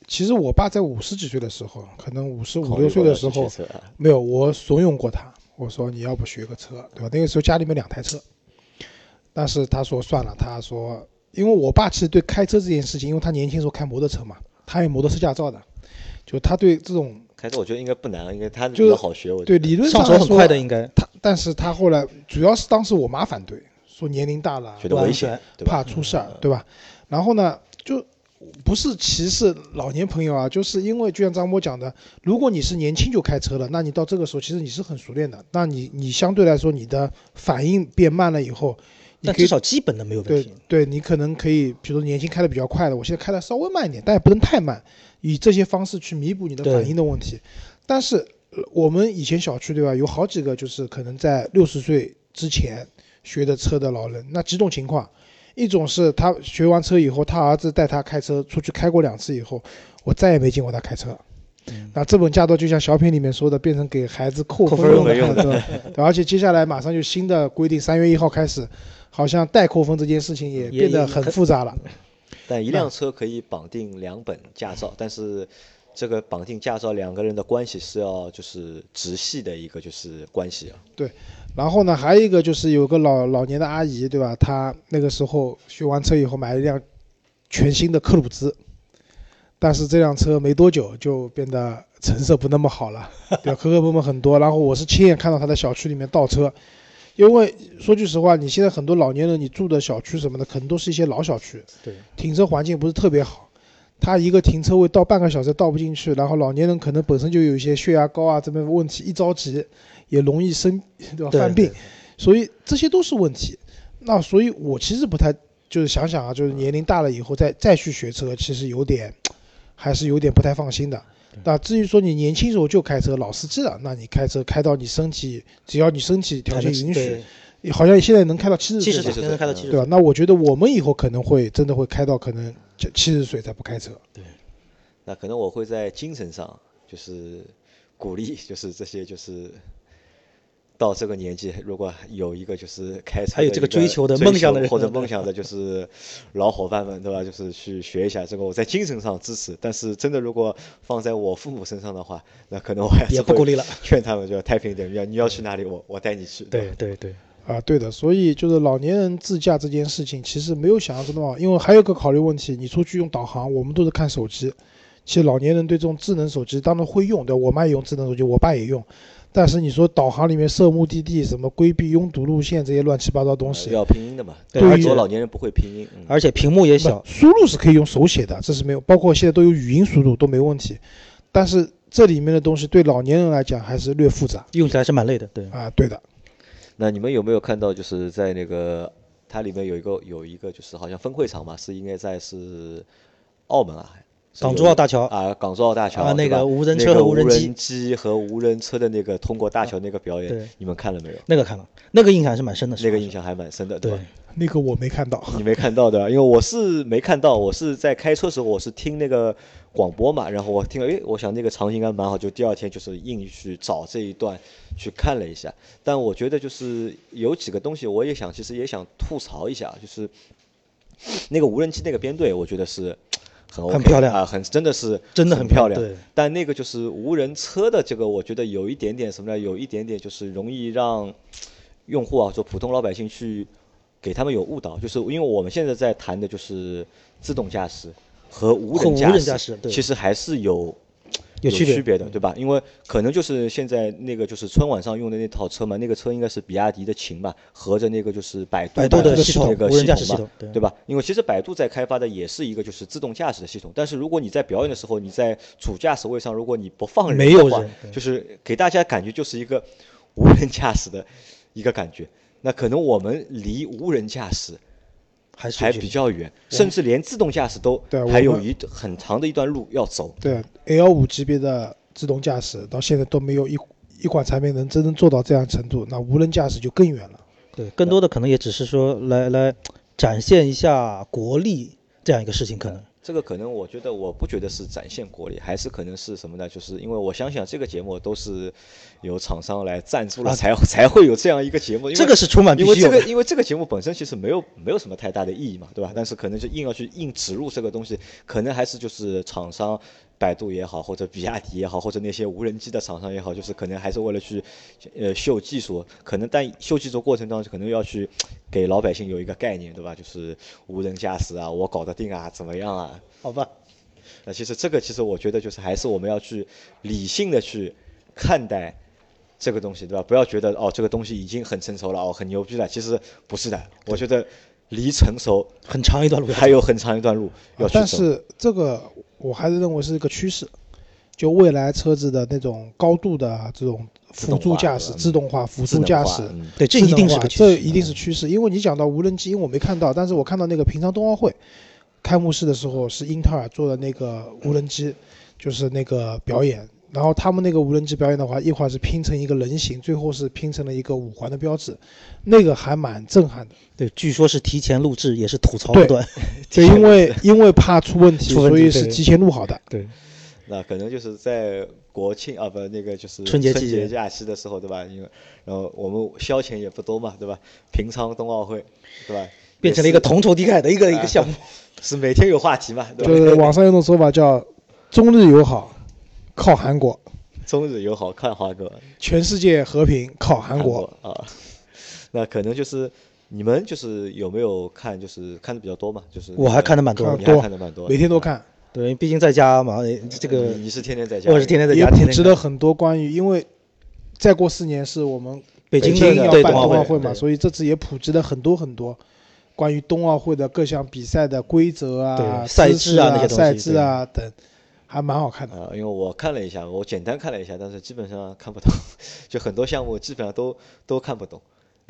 B: 其实我爸在五十几岁的时候，可能五十五
A: 考虑
B: 六岁
A: 过
B: 的
A: 要
B: 时
A: 去学
B: 候，
A: 车啊
B: 没有，我怂恿过他，我说你要不学个车，对吧？那个时候家里面两台车，但是他说算了，他说，因为我爸其实对开车这件事情，因为他年轻时候开摩托车嘛，他有摩托车驾照的，就他对这种
A: 开车我觉得应该不难，啊应该他比
B: 就
A: 较好学。我觉
B: 对
A: 得
B: 理论上
C: 上
B: 来
C: 手
B: 说
C: 很快的，应该。
B: 他，但是他后来主要是当时我妈反对，说年龄大了，
A: 觉得
C: 不安
A: 危险
C: 全，
A: 对吧？嗯
B: 怕出事儿，对吧？然后呢，就不是歧视老年朋友啊，就是因为就像张波讲的，如果你是年轻就开车了，那你到这个时候其实你是很熟练的，那你你相对来说你的反应变慢了以后，你
C: 但
B: 可
C: 至
B: 以
C: 少基本的没有问
B: 对
C: 题。
B: 对，你可能可以，比如说年轻开的比较快的，我现在开的稍微慢一点，但也不能太慢，以这些方式去弥补你的
C: 对
B: 反应的问题。但是、呃我们以前小区对吧，有好几个就是可能在六十岁之前学的车的老人，那几种情况，一种是他学完车以后，他儿子带他开车出去开过两次以后，我再也没见过他开车。
C: 嗯
B: 那这本驾照就像小品里面说的，变成给孩子扣
C: 扣
B: 分
C: 分
B: 用的
A: 用
B: 驾照，对而且接下来马上就新的规定，三月一号开始，好像代扣分这件事情也
C: 也
B: 变得很嗯复杂了。
A: 但一辆车可以绑定两本驾照，但是这个绑定驾照两个人的关系是要就是直系的一个就是关系啊。
B: 然后呢，还有一个就是有个老老年的阿姨，对吧？她那个时候学完车以后买了一辆全新的克鲁兹，但是这辆车没多久就变得成色不那么好 了，对吧？磕磕碰碰很多。然后我是亲眼看到她在小区里面倒车，因为说句实话，你现在很多老年人，你住的小区什么的，可能都是一些老小区，
C: 对，
B: 停车环境不是特别好。他一个停车位倒半个小时倒不进去，然后老年人可能本身就有一些血压高啊这边问题，一着急也容易生对吧
C: 对
B: 犯病，所以这些都是问题。那所以我其实不太就是想想啊，就是年龄大了以后再再去学车，其实有点还是有点不太放心的。那至于说你年轻时候就开车，老司机了，那你开车开到你身体，只要你身体条件允许，好像现在能开到七
C: 七
B: 十
C: 十
B: 岁
C: 岁
B: 吧，
A: 70
C: 能开到七十
B: 对吧？那我觉得我们以后可能会真的会开到可能七七十岁才不开车。
A: 那可能我会在精神上就是鼓励， 就是这些就是到这个年纪，如果有一个就是开车
C: 还有
A: 的
C: 这个
A: 一
C: 追求的梦想的人
A: 或者梦想的，就是老伙伴们，对吧？就是去学一下这个，我在精神上支持。但是真的如果放在我父母身上的话，那可能我还是
C: 也不
A: 会
C: 鼓励了。
A: 劝他们就要太平一点，你要你要去哪里，我我带你去。呃
C: 对对对，
B: 啊，对的，所以就是老年人自驾这件事情，其实没有想象中那么好，因为还有一个考虑问题，你出去用导航，我们都是看手机。其实老年人对这种智能手机当然会用，对吧，我妈也用智能手机，我爸也用。但是你说导航里面设目的地、什么规避拥堵路线这些乱七八糟东西，
A: 要拼音的嘛，
C: 对
A: 很
B: 而
A: 多
B: 且
A: 老年人不会拼音，嗯
C: 而且屏幕也
B: 不
C: 小，
B: 输入是可以用手写的，这是没有，包括现在都有语音输入都没问题。但是这里面的东西对老年人来讲还是略复杂
C: 用起来是蛮累的。对，
B: 啊，对的。
A: 那你们有没有看到，就是在那个它里面有一个有一个就是好像分会场嘛，是应该在是澳门啊，是
C: 港
A: 有
C: 珠澳
A: 一个
C: 大桥
A: 啊，港珠澳大桥
C: 啊
A: 对
C: 那个
A: 吧
C: 无人
A: 那
C: 车
A: 个
C: 和无
A: 无
C: 人机
A: 人机和无人车的那个通过大桥那个表演
C: 对，
A: 你们看了没有？
C: 那个看了，那个印象还是蛮深的。
A: 那个印
C: 实
A: 象
C: 话
A: 还蛮深的，
C: 说对
A: 吧？，
B: 那个我没看到，
A: 你没看到的，因为我是没看到，我是在开车时候，我是听那个广播嘛，然后我听，诶，我想那个场景应该蛮好，就第二天就是硬去找这一段去看了一下。但我觉得就是有几个东西，我也想，其实也想吐槽一下，就是那个无人机那个编队，我觉得是很 OK,
C: 很漂亮
A: 啊，很真的是
C: 真的
A: 很
C: 很
A: 漂
C: 漂
A: 亮
C: 亮。
A: 但那个就是无人车的这个，我觉得有一点点什么呢？有一点点就是容易让用户啊，就普通老百姓去给他们有误导，就是因为我们现在在谈的就是自动驾驶和无
C: 和
A: 人
C: 无
A: 驾
C: 人
A: 驶，
C: 驾驶对
A: 其实还是有
C: 有区别
A: 的，对吧？因为可能就是现在那个就是春晚上用的那套车嘛，那个车应该是比亚迪的秦吧，合着那个就是百度
C: 百度
A: 的
C: 的系统
A: 那个
C: 无人驾驶
A: 系
C: 系
A: 统
C: 统
A: 嘛，
C: 对
A: 对吧？因为其实百度在开发的也是一个就是自动驾驶的系统，但是如果你在表演的时候，你在主驾驶位上，如果你不放人
C: 没有
A: 的话
C: 人对
A: 就是给大家感觉就是一个无人驾驶的一个感觉。那可能我们离无人驾驶
C: 还是有
A: 还
C: 区别
A: 比较远，甚至连自动驾驶都
B: 对我
A: 还有
B: 们
A: 一很长的一段路要走。
B: 对 L 五级别的自动驾驶到现在都没有一一款产品能真正做到这样程度，那无人驾驶就更远了。
C: 对，更多的可能也只是说来来展现一下国力这样一个事情，可能
A: 这个可能我觉得我不觉得是展现国力，还是可能是什么呢？就是因为我想想这个节目都是有厂商来赞助了
C: 啊
A: 才、才会有这样一个节目，因为
C: 这个是春晚必
A: 因为
C: 须
A: 这
C: 有
A: 个
C: 的。
A: 因为这个节目本身其实没有没有什么太大的意义嘛，对吧？但是可能就硬要去硬植入这个东西，可能还是就是厂商。百度也好，或者比亚迪也好，或者那些无人机的厂商也好，就是可能还是为了去，呃，秀技术，可能但秀技术过程当中，可能要去给老百姓有一个概念，对吧？就是无人驾驶啊，我搞得定啊，怎么样啊？
C: 好吧，
A: 那其实这个其实我觉得就是还是我们要去理性的去看待这个东西，对吧？不要觉得哦这个东西已经很成熟了哦很牛逼了，其实不是的。我觉得离成熟
C: 很长一段路要走
A: 还有很长一段路要去走。
B: 啊但是这个我还是认为是一个趋势，就未来车子的那种高度的啊这种辅助驾驶、
A: 自
B: 自动化、辅助驾驶，
A: 智能化嗯
C: 对，这一定是个
B: 自
C: 趋
B: 动化
C: 势
B: 这一定是趋势。因为你讲到无人机，因为我没看到，但是我看到那个平常冬奥会开幕式的时候，是英特尔做的那个无人机，就是那个表演。然后他们那个无人机表演的话，一会儿是拼成一个人形，最后是拼成了一个五环的标志，那个还蛮震 撼的。
C: 对，据说是提前录制，也是吐槽不
B: 对
C: 断。
B: 对，因为因为怕出问题，
C: 出问题
B: 所以是
C: 对
B: 提前录好的。
C: 对，
A: 那可能就是在国庆啊，不，那个就是
C: 春节期间
A: 假期的时候，对吧？因为然后我们消遣也不多嘛，对吧？平昌冬奥会，对吧？
C: 变成了一个同仇敌忾的一个一
A: 啊
C: 个项目。
A: 是每天有话题嘛，对吧？
B: 就是 网上有种说法叫“中日友好靠韩国，
A: 中日友好看华哥，
B: 全世界和平靠哦韩国
A: 啊， 那可能就是你们就是有没有看，就是看的比较多嘛？就是呃
C: 我还看得蛮多
B: 看
C: 的
A: 你
B: 得
A: 还
B: 多
A: 看的蛮多，的，
B: 每天都看，
C: 对，毕竟在家嘛，哎这个
A: 你你是天天在家，
C: 我是天天在
B: 嗯也
C: 家，天
B: 普
C: 天
B: 及
C: 看
B: 了很多关于，因为再过四年是我们
C: 北
B: 京
C: 京的
B: 要
C: 对
B: 办
C: 冬
B: 奥
C: 奥
B: 会嘛，
C: 对
B: 所以这次也普及了很多很多关于冬奥会的各项比赛的规则啊、
C: 对赛
B: 姿
C: 制
B: 势
C: 啊
B: 啊
C: 那些东西
B: 赛制啊等，还蛮好看的。
A: 啊、因为我看了一下，我简单看了一下，但是基本上看不懂， 就很多项目基本上都都看不懂。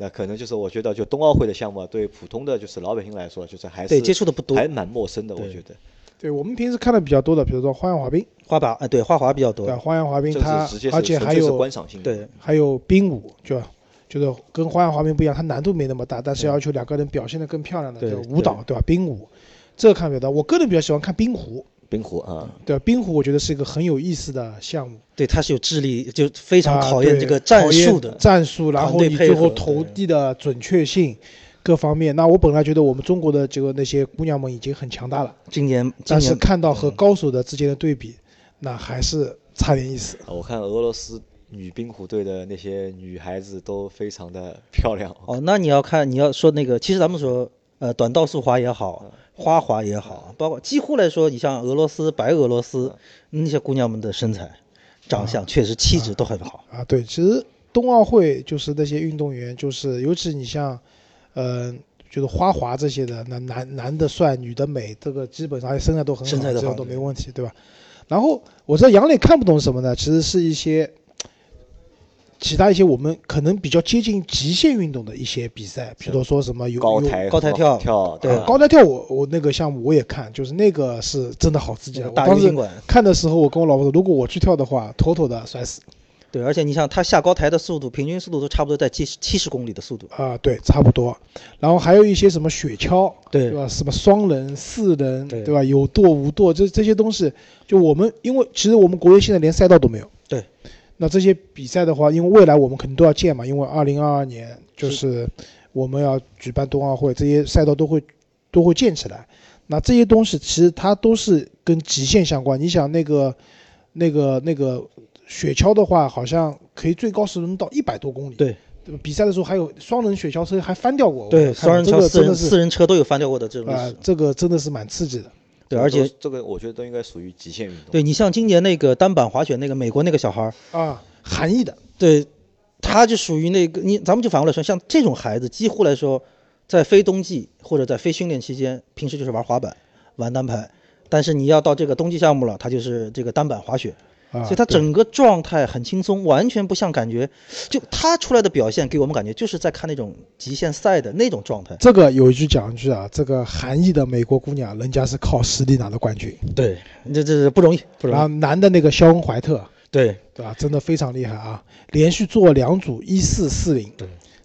A: 那可能就是我觉得，就冬奥会的项目啊，对普通的就是老百姓来说，就是还是
C: 对接触的不多
A: 还蛮陌生的。我觉得
B: 对我们平时看的比较多的，比如说花样滑冰，
C: 花靶，哎，对，花滑比较
B: 对吧，啊
C: 多，
B: 花样滑冰
A: 这个
B: 它
A: 是直接是
B: 而且
A: 纯
B: 还
A: 粹是
B: 有
A: 观赏性的，
C: 对，
B: 还有冰舞，就就是跟花样滑冰不一样，它难度没那么大，但是要求两个人表现得更漂亮的
C: 对
B: 这个舞蹈，对吧？冰舞，这个看比较多。我个人比较喜欢看冰壶，
A: 冰壶啊，
B: 对吧？冰壶我觉得是一个很有意思的项目，
C: 对，它是有智力，就非常
B: 啊
C: 考验
B: 对
C: 这个战
B: 考验
C: 术的。
B: 战术，然
C: 团
B: 后
C: 队
B: 你
C: 配
B: 最后
C: 合
B: 投
C: 对
B: 递的准确性。各方面，那我本来觉得我们中国的这个那些姑娘们已经很强大了，
C: 今年，嗯今
B: 但是
C: 年
B: 看到和高手的之间的对比，那还是差点意思。
A: 我看俄罗斯女冰壶队的那些女孩子都非常的漂亮，
C: 哦，那你要看，你要说那个，其实咱们说，呃，短道速滑也
B: 嗯
C: 好，花滑也好，包括几乎来说，你像俄罗斯、白俄罗斯那些姑娘们的身材、长相，确实气质都很好。
B: 嗯啊，对，其实冬奥会就是那些运动员，就是尤其你像，呃，就是花滑这些的，那男男的帅，女的美，这个基本上身材都很好，
C: 身材都
B: 这
C: 好
B: 个都没问题，对吧？然后我在杨磊看不懂什么呢？其实是一些其他一些我们可能比较接近极限运动的一些比赛，比如说什么有
A: 高
B: 有
A: 台
C: 高台跳
A: 跳
C: 对
A: 啊
B: 高台跳我我那个项目我也看，就是那个是真的好刺激
C: 那
B: 啊！
C: 个
B: 我
C: 大
B: 当
C: 鱼
B: 时
C: 宾馆，
B: 看的时候，我跟我老婆说，如果我去跳的话，妥妥的摔死
C: 对，而且你像她下高台的速度，平均速度都差不多在七七十公里的速度。
B: 啊、对，差不多。然后还有一些什么雪橇，对
C: 对，
B: 吧？什么双人、四人，
C: 对
B: 对吧？有舵无舵，这这些东西，就我们因为其实我们国内现在连赛道都没有。
C: 对。
B: 那这些比赛的话，因为未来我们肯定都要建嘛，因为二零二二年就是我们要举办冬奥会，这些赛道都会都会建起来。那这些东西其实它都是跟极限相关。你想那个那个那个雪橇的话，好像可以最高是能到一百多公里。
C: 对
B: 对吧。比赛的时候还有双人雪橇车还翻掉过，我
C: 对，
B: 哦看到
C: 双人
B: 这
C: 车、
B: 个
C: 四
B: 真
C: 人
B: 的是
C: 四人车都有翻掉过的这种历
B: 啊
C: 史。，
B: 这个真的是蛮刺激的。
C: 对，而且
A: 都这个我觉得都应该属于极限运动，
C: 对你像今年那个单板滑雪那个美国那个小孩儿，
B: 啊，含义的，
C: 对，他就属于那个你，咱们就反过来说，像这种孩子，几乎来说，在非冬季或者在非训练期间，平时就是玩滑板、玩单排，但是你要到这个冬季项目了，他就是这个单板滑雪，
B: 啊、
C: 所以他
B: 对
C: 整个状态很轻松，完全不像感觉，就他出来的表现给我们感觉就是在看那种极限赛的那种状态。
B: 这个有一句讲一句啊，这个韩裔的美国姑娘，人家是靠实力拿的冠军，
C: 对，这这这不容易，不
B: 然
C: 容
B: 后
C: 易。
B: 男的那个肖恩怀特，
C: 对，
B: 对吧？真的非常厉害啊，连续做两组一四四零，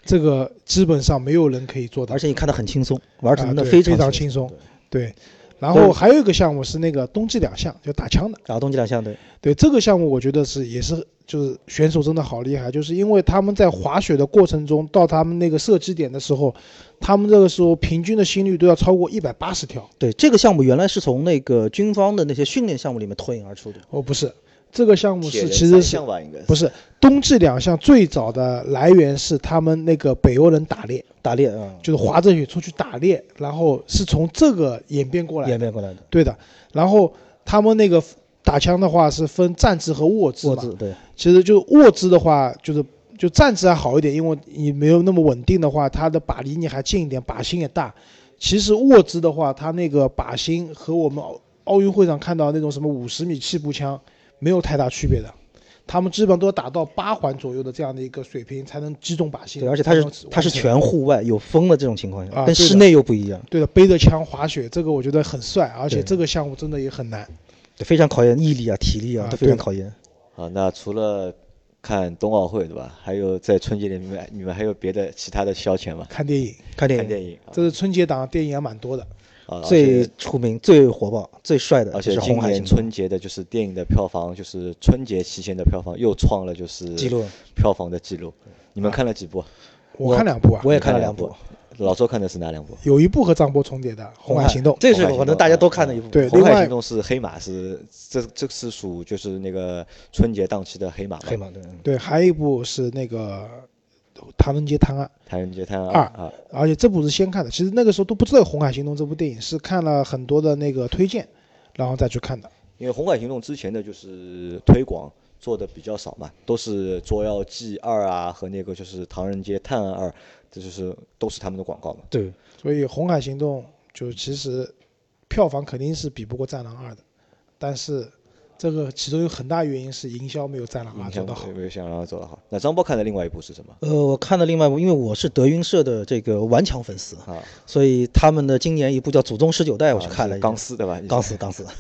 B: 这个基本上没有人可以做到
C: 而，且你看他很轻松，玩什么
B: 啊
C: 的
B: 对
C: 非
B: 非
C: 常
B: 轻松
A: 对，
B: 对。然后还有一个项目是那个冬季两项，就打枪的。
C: 打动这两项对，
B: 对这个项目，我觉得是也是就是选手真的好厉害，就是因为他们在滑雪的过程中，到他们那个射击点的时候，他们这个时候平均的心率都要超过一百八十条。
C: 对这个项目原来是从那个军方的那些训练项目里面脱颖而出的。
B: 哦，不是，这个项目
A: 铁
B: 是
A: 人
B: 其实
A: 三
B: 是
A: 项吧，应该
B: 不是冬季两项最早的来源是他们那个北欧人打猎，
C: 打猎啊，
B: 就是滑着雪出去打猎，然后是从这个演变过来的
C: 演变过来的
B: 对的，然后他们那个打枪的话是分站姿和卧姿
C: 坐
B: 嘛，
C: 姿，对
B: 其实就卧姿的话，就是就站姿还好一点，因为你没有那么稳定的话，它的靶离你还近一点，靶心也大。其实卧姿的话，它那个靶心和我们奥奥运会上看到那种什么五十米气步枪没有太大区别的，他们基本上都要打到八环左右的这样的一个水平才能击中靶心。
C: 对，而且它
B: 才能完
C: 是
B: 成
C: 它是全户外有风的这种情况
B: 啊
C: 下，
B: 对
C: 跟
B: 的
C: 室内又不一样，
B: 对的，背着枪滑雪，这个我觉得很帅，而且
C: 对
B: 这个项目真的也很难。
C: 对非常考验毅力啊、体力
B: 啊
C: 啊，
B: 对
C: 都非常
B: 的
C: 考验。
A: 啊，那除了看冬奥会对吧？还有在春节里面，你们还有别的其他的消遣吗？
B: 看电影，
C: 看电
A: 看
C: 影
A: 电影啊
B: 这是春节档电影还蛮多的。
A: 啊，而
C: 最
A: 且
C: 出名、最火爆、最帅的
A: 而且
C: 就是《
A: 今
C: 红海
A: 年
C: 行动
A: 春节的就是电影的票房，就是春节期间的票房又创了就是》
C: 记录，
A: 票房的记录。你们看了几部？
B: 我看两部啊，
C: 我也
A: 你看
C: 看了
A: 两
C: 两部
A: 部，老周看的是哪两部？
B: 有一部和张波重叠的《红海行动》，
C: 这
A: 红
C: 是
A: 海
C: 可
A: 行动
C: 能大家都
A: 啊
C: 看的一部。
B: 对
A: 红
B: 另
A: 海
B: 外
A: 行动》是黑马，是这这是属就是那个春节档期的黑马吧
C: 黑？马对，
B: 对，还有一部是那个《唐人街探案
A: 唐人街探案
B: 二
A: 啊》，
B: 而且这部是先看的。其实那个时候都不知道有《红海行动》这部电影，是看了很多的那个推荐，然后再去看的。
A: 因为《红海行动》之前的就是推广做的比较少嘛，都是《捉妖记二》啊和那个就是《唐人街探案二》，这就是都是他们的广告嘛。
C: 对，
B: 所以《红海行动》就其实票房肯定是比不过《战狼二》的，但是这个其中有很大原因是营销没有赞朗拉
C: 啊
A: 影
B: 做
A: 响
B: 得好
A: 对。没有想让他做得好。那张波看的另外一部是什么？
C: 呃，我看了另外一部，因为我是德云社的这个顽强粉丝，
A: 啊，
C: 所以他们的今年一部叫《祖宗十九代》，我去
A: 啊
C: 看了
A: 是
C: 一
A: 钢
C: 下
A: 丝对吧？
C: 钢丝钢丝。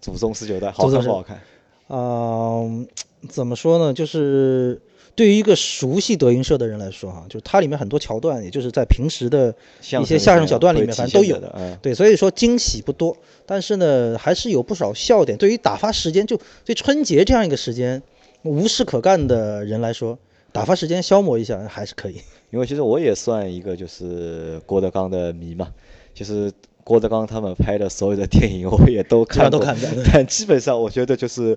A: 祖宗十九代，
C: 祖
A: 好
C: 宗
A: 看
C: 十
A: 不好看？
C: 嗯，怎么说呢？就是对于一个熟悉德云社的人来说，哈，就是它里面很多桥段，也就是在平时的
A: 相
C: 一
A: 声
C: 些
A: 里
C: 相声
A: 面
C: 小段里
A: 会
C: 面
A: 体
C: 反正都
A: 现
C: 有
A: 的的，嗯，
C: 对，所以说惊喜不多，但是呢，还是有不少笑点。对于打发时间，就对春节这样一个时间无事可干的人来说，打发时间消磨一下还是可以。
A: 因为其实我也算一个就是郭德纲的迷嘛，就是郭德纲他们拍的所有的电影我也都
C: 基
A: 看
C: 本上都
A: 过
C: 看过对
A: 但基本上我觉得就是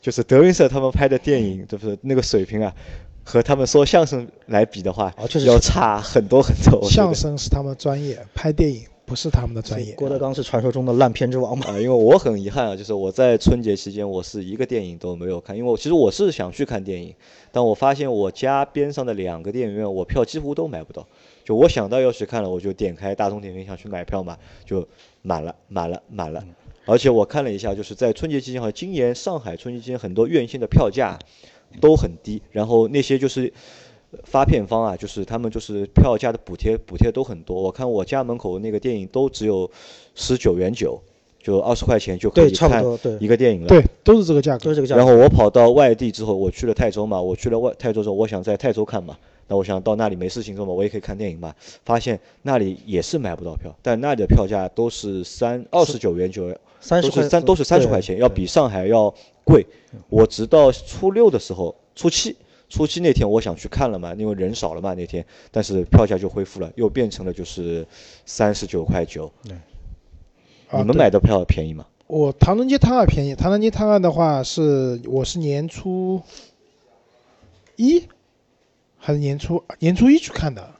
A: 就是德云社他们拍的电影，就是那个水平啊，和他们说相声来比的话，
C: 哦确实
A: 要
C: 是
A: 差很多很多。我觉
B: 相
A: 得
B: 声是他们专业，拍电影不是他们的专
C: 所以
B: 业。
C: 郭德纲是传说中的烂片之王嘛？
A: 啊、因为我很遗憾啊，就是我在春节期间，我是一个电影都没有看，因为我其实我是想去看电影，但我发现我家边上的两个电影院，我票几乎都买不到。就我想到要去看了，我就点开大众点评想去买票嘛，就满了，满了，满了。而且我看了一下，就是在春节期间，好像今年上海春节期间很多院线的票价都很低，然后那些就是发片方啊，就是他们就是票价的补贴补贴都很多。我看我家门口那个电影都只有十九元九，就二十块钱就可
C: 对
A: 以
C: 差不
A: 看
C: 多对
A: 一个电影了。
B: 对，都是这个价格
C: 就是。这个价
A: 然
C: 格。
A: 后我跑到外地之后，我去了泰州嘛，我去了外泰州之后，我想在泰州看嘛，那我想到那里没事情做嘛，我也可以看电影嘛。发现那里也是买不到票，但那里的票价都是三二十九元九，
C: 三十
A: 都
C: 块
A: 是三都是三十
C: 对
A: 块钱，要
C: 对
A: 比上海要贵。我直到初六的时候，初七初七那天我想去看了嘛，因为人少了嘛那天，但是票价就恢复了，又变成了就是三十九块九。
B: 啊
A: 你们
B: 对
A: 买的票便宜吗？
B: 我《唐人街探案》便宜，《唐人街探案》的话是我是年初一还是年初年初一去看的，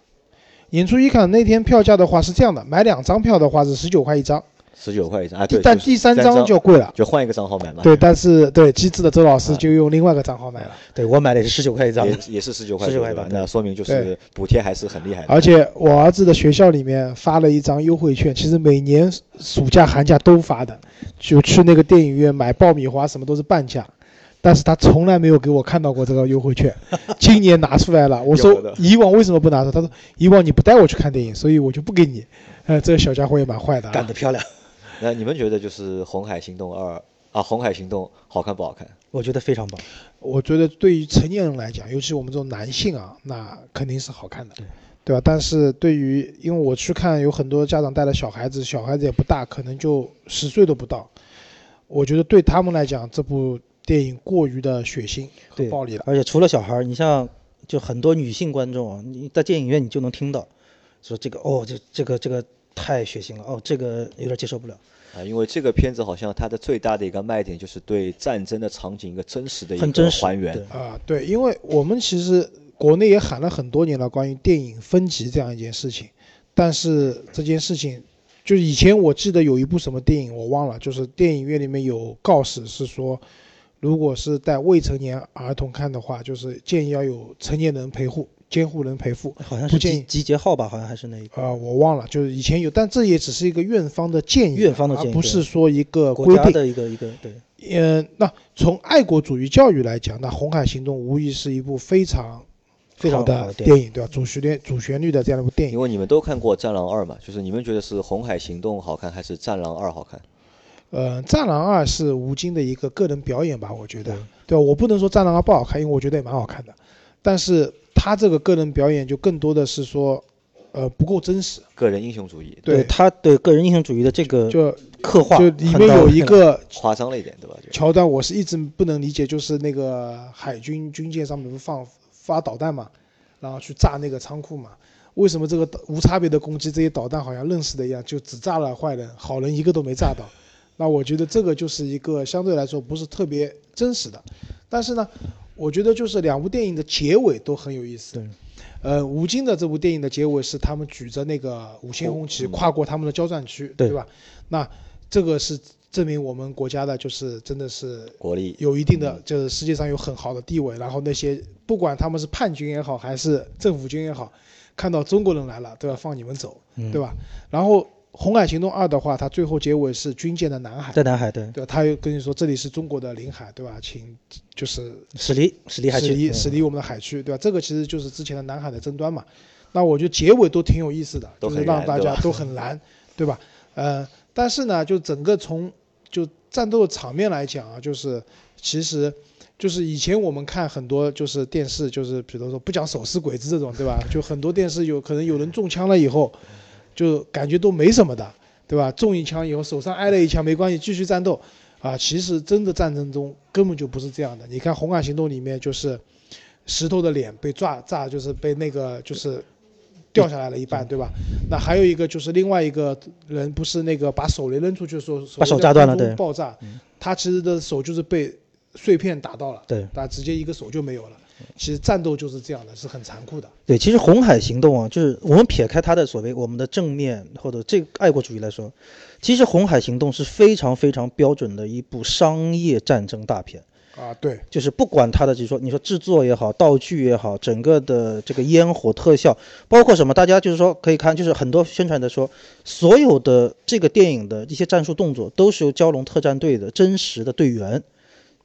B: 年初一看那天票价的话是这样的，买两张票的话是十九块一张，
A: 十九块一张啊，
B: 第
A: 对，
B: 但
A: 就是
B: 第三
A: 三
B: 张就贵了。
A: 就换一个账号买嘛。
B: 对，但是对机智的周老师
A: 啊
B: 就用另外一个账号买了，
C: 对我买的也是十九块一张，
A: 也也是十九块
C: 19
A: 九
C: 块
A: 吧？
C: 对
A: 那说明就
B: 对
A: 是补贴还是很厉害的。
B: 而且我儿子的学校里面发了一张优惠券，其实每年暑假寒假都发的，就去那个电影院买爆米花什么都是半价，但是他从来没有给我看到过这个优 惠券，今年拿出来了，我
A: 有
B: 说
A: 的
B: 以往为什么不拿出来？他说以往你不带我去看电影，所以我就不给你，呃，这个小家伙也蛮坏的、
C: 干
B: 啊，
C: 得漂亮，
A: 那你们觉得就是《红海行动二》啊，《红海行动》好看不好看？
C: 我觉得非常棒。
B: 我觉得对于成年人来讲，尤其我们这种男性啊，那肯定是好看的，对吧？但是对于，因为我去看有很多家长带了小孩子，小孩子也不大，可能就十岁都不到，我觉得对他们来讲，这部电影过于的血腥和
C: 对
B: 暴力了。
C: 而且除了小孩儿，你像就很多女性观众啊，你在电影院你就能听到，说这个哦，这这个这个太血腥了，哦，这个有点接受不了。
A: 啊，因为这个片子好像它的最大的一个卖点就是对战争的场景一个真实的一
C: 很真
A: 个
C: 实
A: 还原
C: 对。
B: 啊、对，因为我们其实国内也喊了很多年了关于电影分级这样一件事情，但是这件事情，就是以前我记得有一部什么电影我忘了，就是电影院里面有告示是说，如果是带未成年儿童看的话，就是建议要有成年人陪护、监护人陪护。
C: 好像
B: 不
C: 是
B: 建
C: 集
B: 议
C: 集结号吧，好像还是那一个。
B: 啊、我忘了，就是以前有，但这也只是一个院方的建议，
C: 院方的建议
B: 而不
C: 对
B: 是说一个
C: 国
B: 规
C: 家
B: 定。
C: 的一个一个对，
B: 嗯，那从爱国主义教育来讲，那《红海行动》无疑是一部非常
C: 非
B: 好
C: 常好
B: 的
C: 的电
B: 电影，对吧？主旋律主旋律的这样一部电
A: 因
B: 影，
A: 为你们都看过《战狼二》嘛，就是你们觉得是《红海行动》好看还是《战狼二》好看？
B: 呃，《战狼二》是吴京的一个个人表演吧，我觉得
C: 对，
B: 对吧？我不能说《战狼二》不好看，因为我觉得也蛮好看的，但是他这个个人表演就更多的是说，呃，不够真实，
A: 个人英雄主义
B: 对，
C: 他对个人英雄主义的这个
B: 就
C: 刻呃画
B: 就
C: 很到位，
B: 里面有一 个
A: 夸张了一点，对吧？就
B: 桥段我是一直不能理解，就是那个海军军舰上面不是放发导弹嘛，然后去炸那个仓库嘛，为什么这个导无差别的攻击这些导弹好像认识的一样，就只炸了坏人，好人一个都没炸到？那我觉得这个就是一个相对来说不是特别真实的，但是呢，我觉得就是两部电影的结尾都很有意思
C: 对。
B: 呃，吴京的这部电影的结尾是他们举着那个五星红旗
A: 嗯
B: 跨过他们的交战区，
C: 哦对
B: 对吧？那这个是证明我们国家的，就是真的是
A: 国力
B: 有一定
C: 嗯
B: 的，就是世界上有很好的地位。然后那些不管他们是叛军也好，还是政府军也好，看到中国人来了，对吧？放你们走，
C: 嗯
B: 对吧？然后《红海行动二》的话，它最后结尾是军舰的南海，
C: 在南海对，
B: 对吧？他又跟你说这里是中国的领海，对吧？请就是
C: 驶离驶离海
B: 驶离
C: 区，
B: 驶
C: 嗯
B: 离我们的海区，对吧？这个其实就是之前的南海的争端嘛。那我觉得结尾都挺有意思的，
A: 都
B: 就
A: 很
B: 是让
A: 燃
B: 大
A: 对
B: 家
A: 吧
B: 都很燃，对吧？呃，但是呢，就整个从就战斗场面来讲啊，就是其实就是以前我们看很多就是电视，就是比如说不讲手撕鬼子这种，对吧？就很多电视有可能有人中枪了以后，就感觉都没什么的，对吧？中一枪以后手上挨了一枪没关系，继续战斗。啊，其实真的战争中根本就不是这样的。你看《红海行动》里面就是石头的脸被炸炸，就是被那个就是掉下来了一半，对吧？那还有一个就是另外一个人不是那个把手雷扔出去的时候，
C: 把手
B: 雷
C: 炸断了
B: 在空中
C: 对
B: 爆炸
C: 嗯，
B: 他其实的手就是被碎片打到了，
C: 对
B: 他直接一个手就没有了。其实战斗就是这样的，是很残酷的。
C: 对，其实红海行动啊，就是我们撇开它的所谓我们的正面或者这个爱国主义来说，其实红海行动是非常非常标准的一部商业战争大片。
B: 啊，对，
C: 就是不管它的，就是说你说制作也好，道具也好，整个的这个烟火特效，包括什么，大家就是说可以看，就是很多宣传的说，所有的这个电影的一些战术动作都是由蛟龙特战队的真实的队员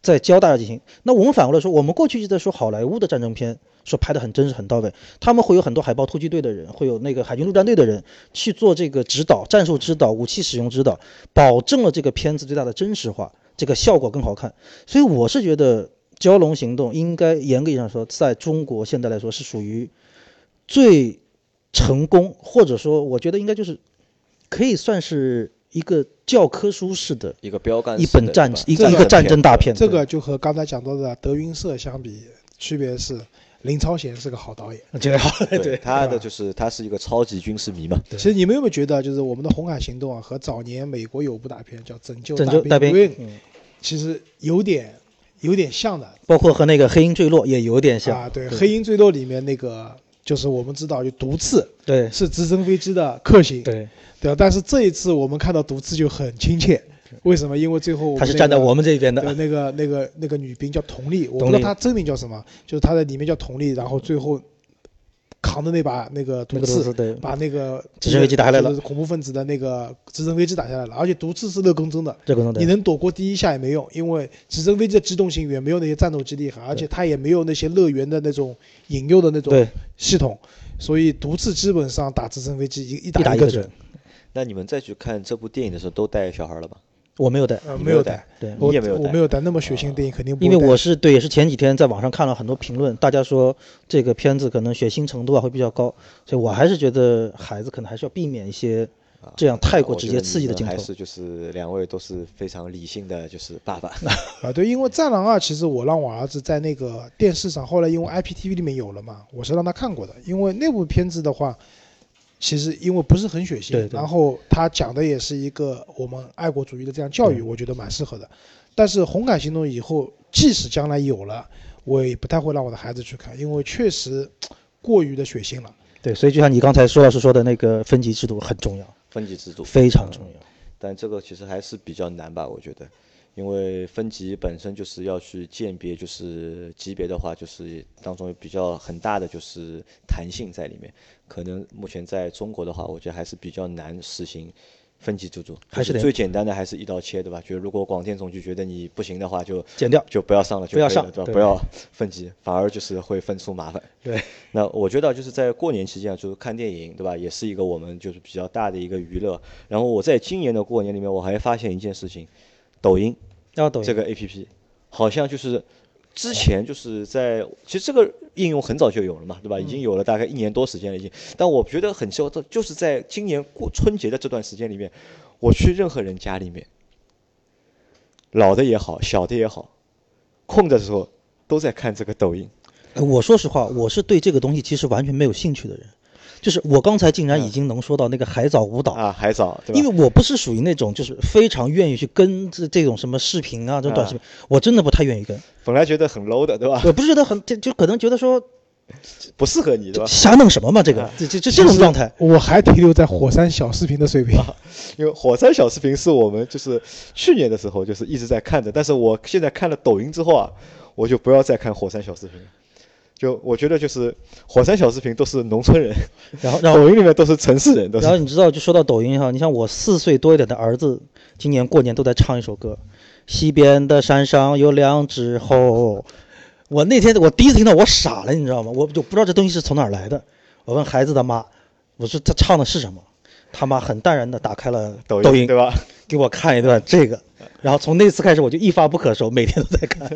C: 在教大家进行。那我们反过来说，我们过去一直在说好莱坞的战争片，说拍的很真实很到位，他们会有很多海豹突击队的人，会有那个海军陆战队的人去做这个指导、战术指导、武器使用指导，保证了这个片子最大的真实化，这个效果更好看。所以我是觉得《蛟龙行动》应该严格意义上说，在中国现在来说是属于最成功，或者说我觉得应该就是可以算是一个教科书式的
A: 一个标杆
C: 一
A: 式的，
C: 本战
A: 对吧
C: 一
B: 这
C: 个一
B: 个
C: 个战争大片。
B: 这个就和刚才讲到的德云社相比，区别是林超贤是个好导演。
C: 我觉得好，
A: 对，他
B: 对
A: 的
B: 吧
A: 就是他是一个超级军事迷嘛，
B: 其实你们有没有觉得，就是我们的《红海行动》啊，和早年美国有部大片叫《拯救
C: 拯救
B: 大
C: 大
B: 兵
C: 兵
B: 瑞恩》，
C: 嗯
B: 其实有点有点像的
C: 包括和那个《黑鹰坠落》也有点像
B: 啊。对，《
C: 对
B: 黑鹰坠落》里面那个，就是我们知道，就毒刺
C: 对
B: 是直升飞机的克星，
C: 对，
B: 对啊吧？但是这一次我们看到毒刺就很亲切，为什么？因为最后我们
C: 他是
B: 那
C: 站在
B: 个
C: 我们这边
B: 对，
C: 的。
B: 那个那个那个女兵叫佟丽，我不
C: 佟
B: 知道
C: 丽
B: 她真名叫什么，就是她在里面叫佟丽，然后最后扛的那把那个毒
C: 那个都
B: 刺
C: 是，对，
B: 把那个
C: 直升飞机打下来了
B: 就是恐怖分子的那个直升飞机打下来了，而且毒刺是热更增的，
C: 这个东
B: 你
C: 西，
B: 能躲过第一下也没用，因为直升飞机的机动性远没有那些战斗机厉害，而且它也没有那些乐园的那种引诱的那种
C: 对，
B: 系统，所以毒刺基本上打直升飞机一一
C: 一打
B: 一
C: 一
B: 个
C: 个
B: 准
C: 准，。
A: 那你们再去看这部电影的时候，都带小孩了吧？
C: 我没有带，
B: 呃，
A: 你
B: 没
A: 没
B: 有
A: 有
B: 带
A: 带，
C: 对，
B: 我
A: 你也没有
B: 我
A: 带
B: 没有带那么血腥的电影肯定不
C: 因
B: 会
C: 为
B: 带
C: 我是对，也是前几天在网上看了很多评论，大家说这个片子可能血腥程度啊会比较高，所以我还是觉得孩子可能还是要避免一些
A: 啊
C: 这样太
A: 我
C: 过直
A: 觉
C: 接
A: 得
C: 刺
A: 你
C: 激的
A: 们
C: 镜
A: 还
C: 头。
A: 是就是两位都是非常理性的，就是爸 爸。
B: 啊，对，因为《战狼二》其实我让我儿子在那个电视上，后来因为 IPTV 里面有了嘛，我是让他看过的。因为那部片子的话，其实因为不是很血腥，
C: 对对
B: 然后他讲的也是一个我们爱国主义的这样教育，
C: 对
B: 我觉得蛮适合的。但是《红海行动》以后，即使将来有了，我也不太会让我的孩子去看，因为确实过于的血腥了。
C: 对，所以就像你刚才苏老师说的那个分级制度很重要，
A: 分级制度
C: 非常重要。
A: 但这个其实还是比较难吧，我觉得，因为分级本身就是要去鉴别，就是级别的话，就是当中有比较很大的就是弹性在里面。可能目前在中国的话，我觉得还是比较难实行分级制度，
C: 还是
A: 就
C: 得
A: 最简单的还是一刀切，对吧？就如果广电总局觉得你不行的话，就
C: 剪掉
A: 就不要上了，就
C: 不要
A: 可以了
C: 上
A: 对吧？
C: 对
A: 不要分级，反而就是会分出麻烦。
C: 对，
A: 那我觉得就是在过年期间啊，就是看电影，对吧？也是一个我们就是比较大的一个娱乐。然后我在今年的过年里面，我还发现一件事情，抖音
C: 要抖音
A: 这个 A P P 好像就是之前就是在其实这个应用很早就有了嘛，对吧？已
C: 嗯
A: 经有了大概一年多时间了，已经。但我觉得很奇怪，这就是在今年过春节的这段时间里面，我去任何人家里面，老的也好，小的也好，空的时候都在看这个抖音。
C: 哎我说实话，我是对这个东西其实完全没有兴趣的人，就是我刚才竟然已经能说到那个海藻舞蹈，
A: 啊，海藻，嗯对吧？
C: 因为我不是属于那种就是非常愿意去跟这这种什么视频啊，这种短视
A: 嗯
C: 频，我真的不太愿意跟。
A: 本来觉得很 low 的，对吧？
C: 我不是觉得很，就就可能觉得说
A: 不适合你，对
C: 这
A: 吧？啊
C: 瞎弄什么嘛，这个这这这这种状态。
B: 我还停留在火山小视频的水 平，
A: 因为火山小视频是我们就是去年的时候就是一直在看的，但是我现在看了抖音之后啊，我就不要再看火山小视频了。就我觉得就是火山小视频都是农村人，
C: 然后，然后
A: 抖音里面都是城市人，都
C: 然后
A: 是
C: 你知道，就说到抖音哈，你像我四岁多一点的儿子，今年过年都在唱一首歌，《西边的山上有两只猴》。我那天我第一次听到，我傻了，你知道吗？我就不知道这东西是从哪儿来的。我问孩子他妈，我说他唱的是什么？他妈很淡然的打开了
A: 抖
C: 抖音
A: 对吧？
C: 给我看一段这个，然后从那次开始我就一发不可收，每天都在看，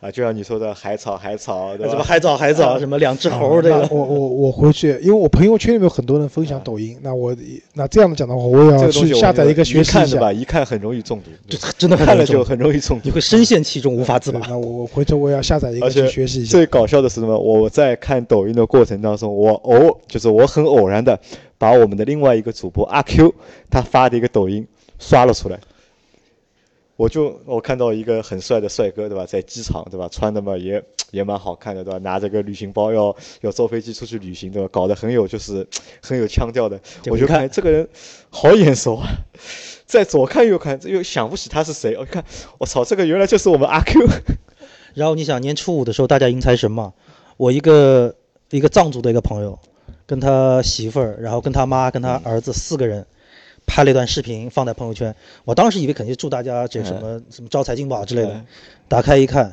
A: 啊，就像你说的海草海草，对
C: 什么
A: 吧？啊
C: 海藻海藻，什么两只猴这
B: 那
C: 个。
B: 我我我回去，因为我朋友圈里面有很多人分享抖音，那我那这样的讲的话，我也
A: 啊这
B: 要
A: 个东西
B: 去
A: 我
B: 下载
A: 觉
B: 一
A: 得
B: 个学习
A: 看
B: 一
A: 的
B: 下。
A: 吧，一看很容易中毒，
C: 这真的很
A: 看了
C: 严重
A: 就很容易中
C: 你
A: 毒。
C: 会深陷其中无法自拔
B: 对。那我我回头我也要下载一
A: 而
B: 个
A: 且
B: 去学习一下。
A: 最搞笑的是什么？我在看抖音的过程当中，我偶就是我很偶然的把我们的另外一个主播阿 Q 他发的一个抖音刷了出来。我就我看到一个很帅的帅哥，对吧？在机场，对吧？穿的嘛也也蛮好看的，对吧？拿着个旅行包要要坐飞机出去旅行，对吧？搞得很有就是很有腔调的。
C: 结果
A: 我
C: 一
A: 就
C: 看
A: 看这个人好眼熟啊，在左看右看又想不起他是谁。我一看我操，这个原来就是我们阿 Q。
C: 然后你想年初五的时候大家迎财神嘛，我一个一个藏族的一个朋友，跟他媳妇儿，然后跟他妈、跟他儿子四个人。拍了一段视频放在朋友圈，我当时以为肯定祝大家这什么、什么招财进宝哦之类的
A: 嗯，
C: 打开一看，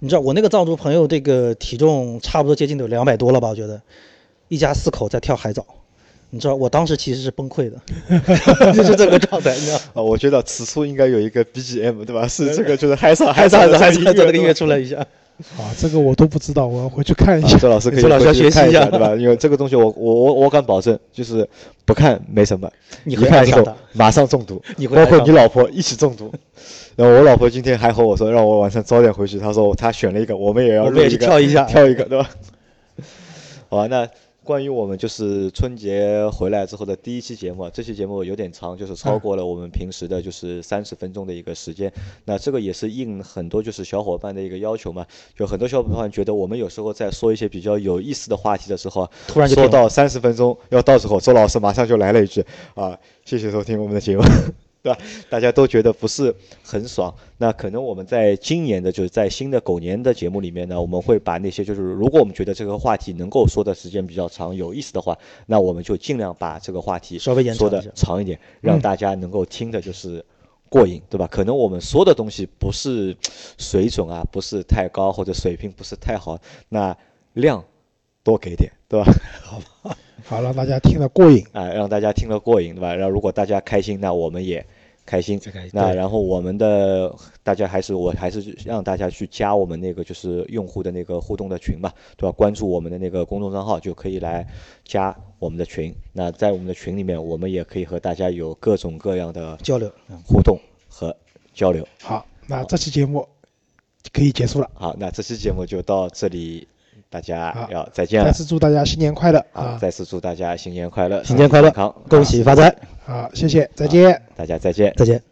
C: 你知道我那个藏族朋友这个体重差不多接近得有两百多了吧？我觉得，一家四口在跳海藻，你知道我当时其实是崩溃的，就是这个状态，你知道吗。
A: 啊，我觉得此处应该有一个 BGM，对吧？是这个，就是嗨上
C: 海
A: 嗨
C: 藻
A: 上
C: 海藻海
A: 嗨
C: 藻
A: 上
C: 这个音乐
A: 出
C: 出来一下，
B: 啊，这个我都不知道，我要回去看一
A: 啊
B: 下。
A: 周老师可以
C: 周老师要
A: 回去
C: 学习
A: 看
C: 一
A: 一
C: 下
A: 对吧？因为这个东西我，我我我敢保证，就是不看没什么，
C: 你
A: 一
C: 会
A: 看
C: 爱
A: 之
C: 上
A: 后
C: 他。
A: 马上中毒，
C: 你会
A: 包
C: 爱
A: 括
C: 上
A: 你老婆一起 中毒。然后我老婆今天还和我说，让我晚上早点回去。她说她选了一个，我们也要
C: 我
A: 录
C: 们也
A: 一
C: 去
A: 个，
C: 跳一 下，
A: 跳一个，对吧？好吧，那关于我们就是春节回来之后的第一期节目啊，这期节目有点长，就是超过了我们平时的就是三十分钟的一个时间。那这个也是应很多就是小伙伴的一个要求嘛，就很多小伙伴觉得我们有时候在说一些比较有意思的话题的时候啊，
C: 突然就
A: 说
C: 停了
A: 到三十分钟，要到时候周老师马上就来了一句啊，谢谢收听我们的节目。 对吧？大家都觉得不是很爽，那可能我们在今年的，就是在新的狗年的节目里面呢，我们会把那些就是如果我们觉得这个话题能够说的时间比较长、有意思的话，那我们就尽量把这个话题
C: 稍微延长
A: 说
C: 一下嗯
A: 的长一点，让大家能够听的就是过瘾，对吧？可能我们说的东西不是水准啊，不是太高，或者水平不是太好，那量多给点，对吧？
B: 好，让大家听得过瘾。
A: 啊，让大家听了过瘾，对吧？然后如果大家开心，那我们也开心。
C: 开心
A: 那
C: 对
A: 然后我们的大家还是我还是让大家去加我们那个就是用户的那个互动的群嘛，对吧？关注我们的那个公众账号就可以来加我们的群。那在我们的群里面，我们也可以和大家有各种各样的
C: 交流。
A: 互动和交流。
B: 好，那这期节目可以结束了。
A: 好，那这期节目就到这里，大家
B: 好
A: 要再见
B: 再
A: 了。
B: 次祝大家新年快乐
A: 好，
B: 啊！
A: 再次祝大家新年快乐，
C: 新年快乐
A: 健康，
C: 恭喜发财，
B: 好，谢谢，再见。
A: 大家再见。
C: 再见。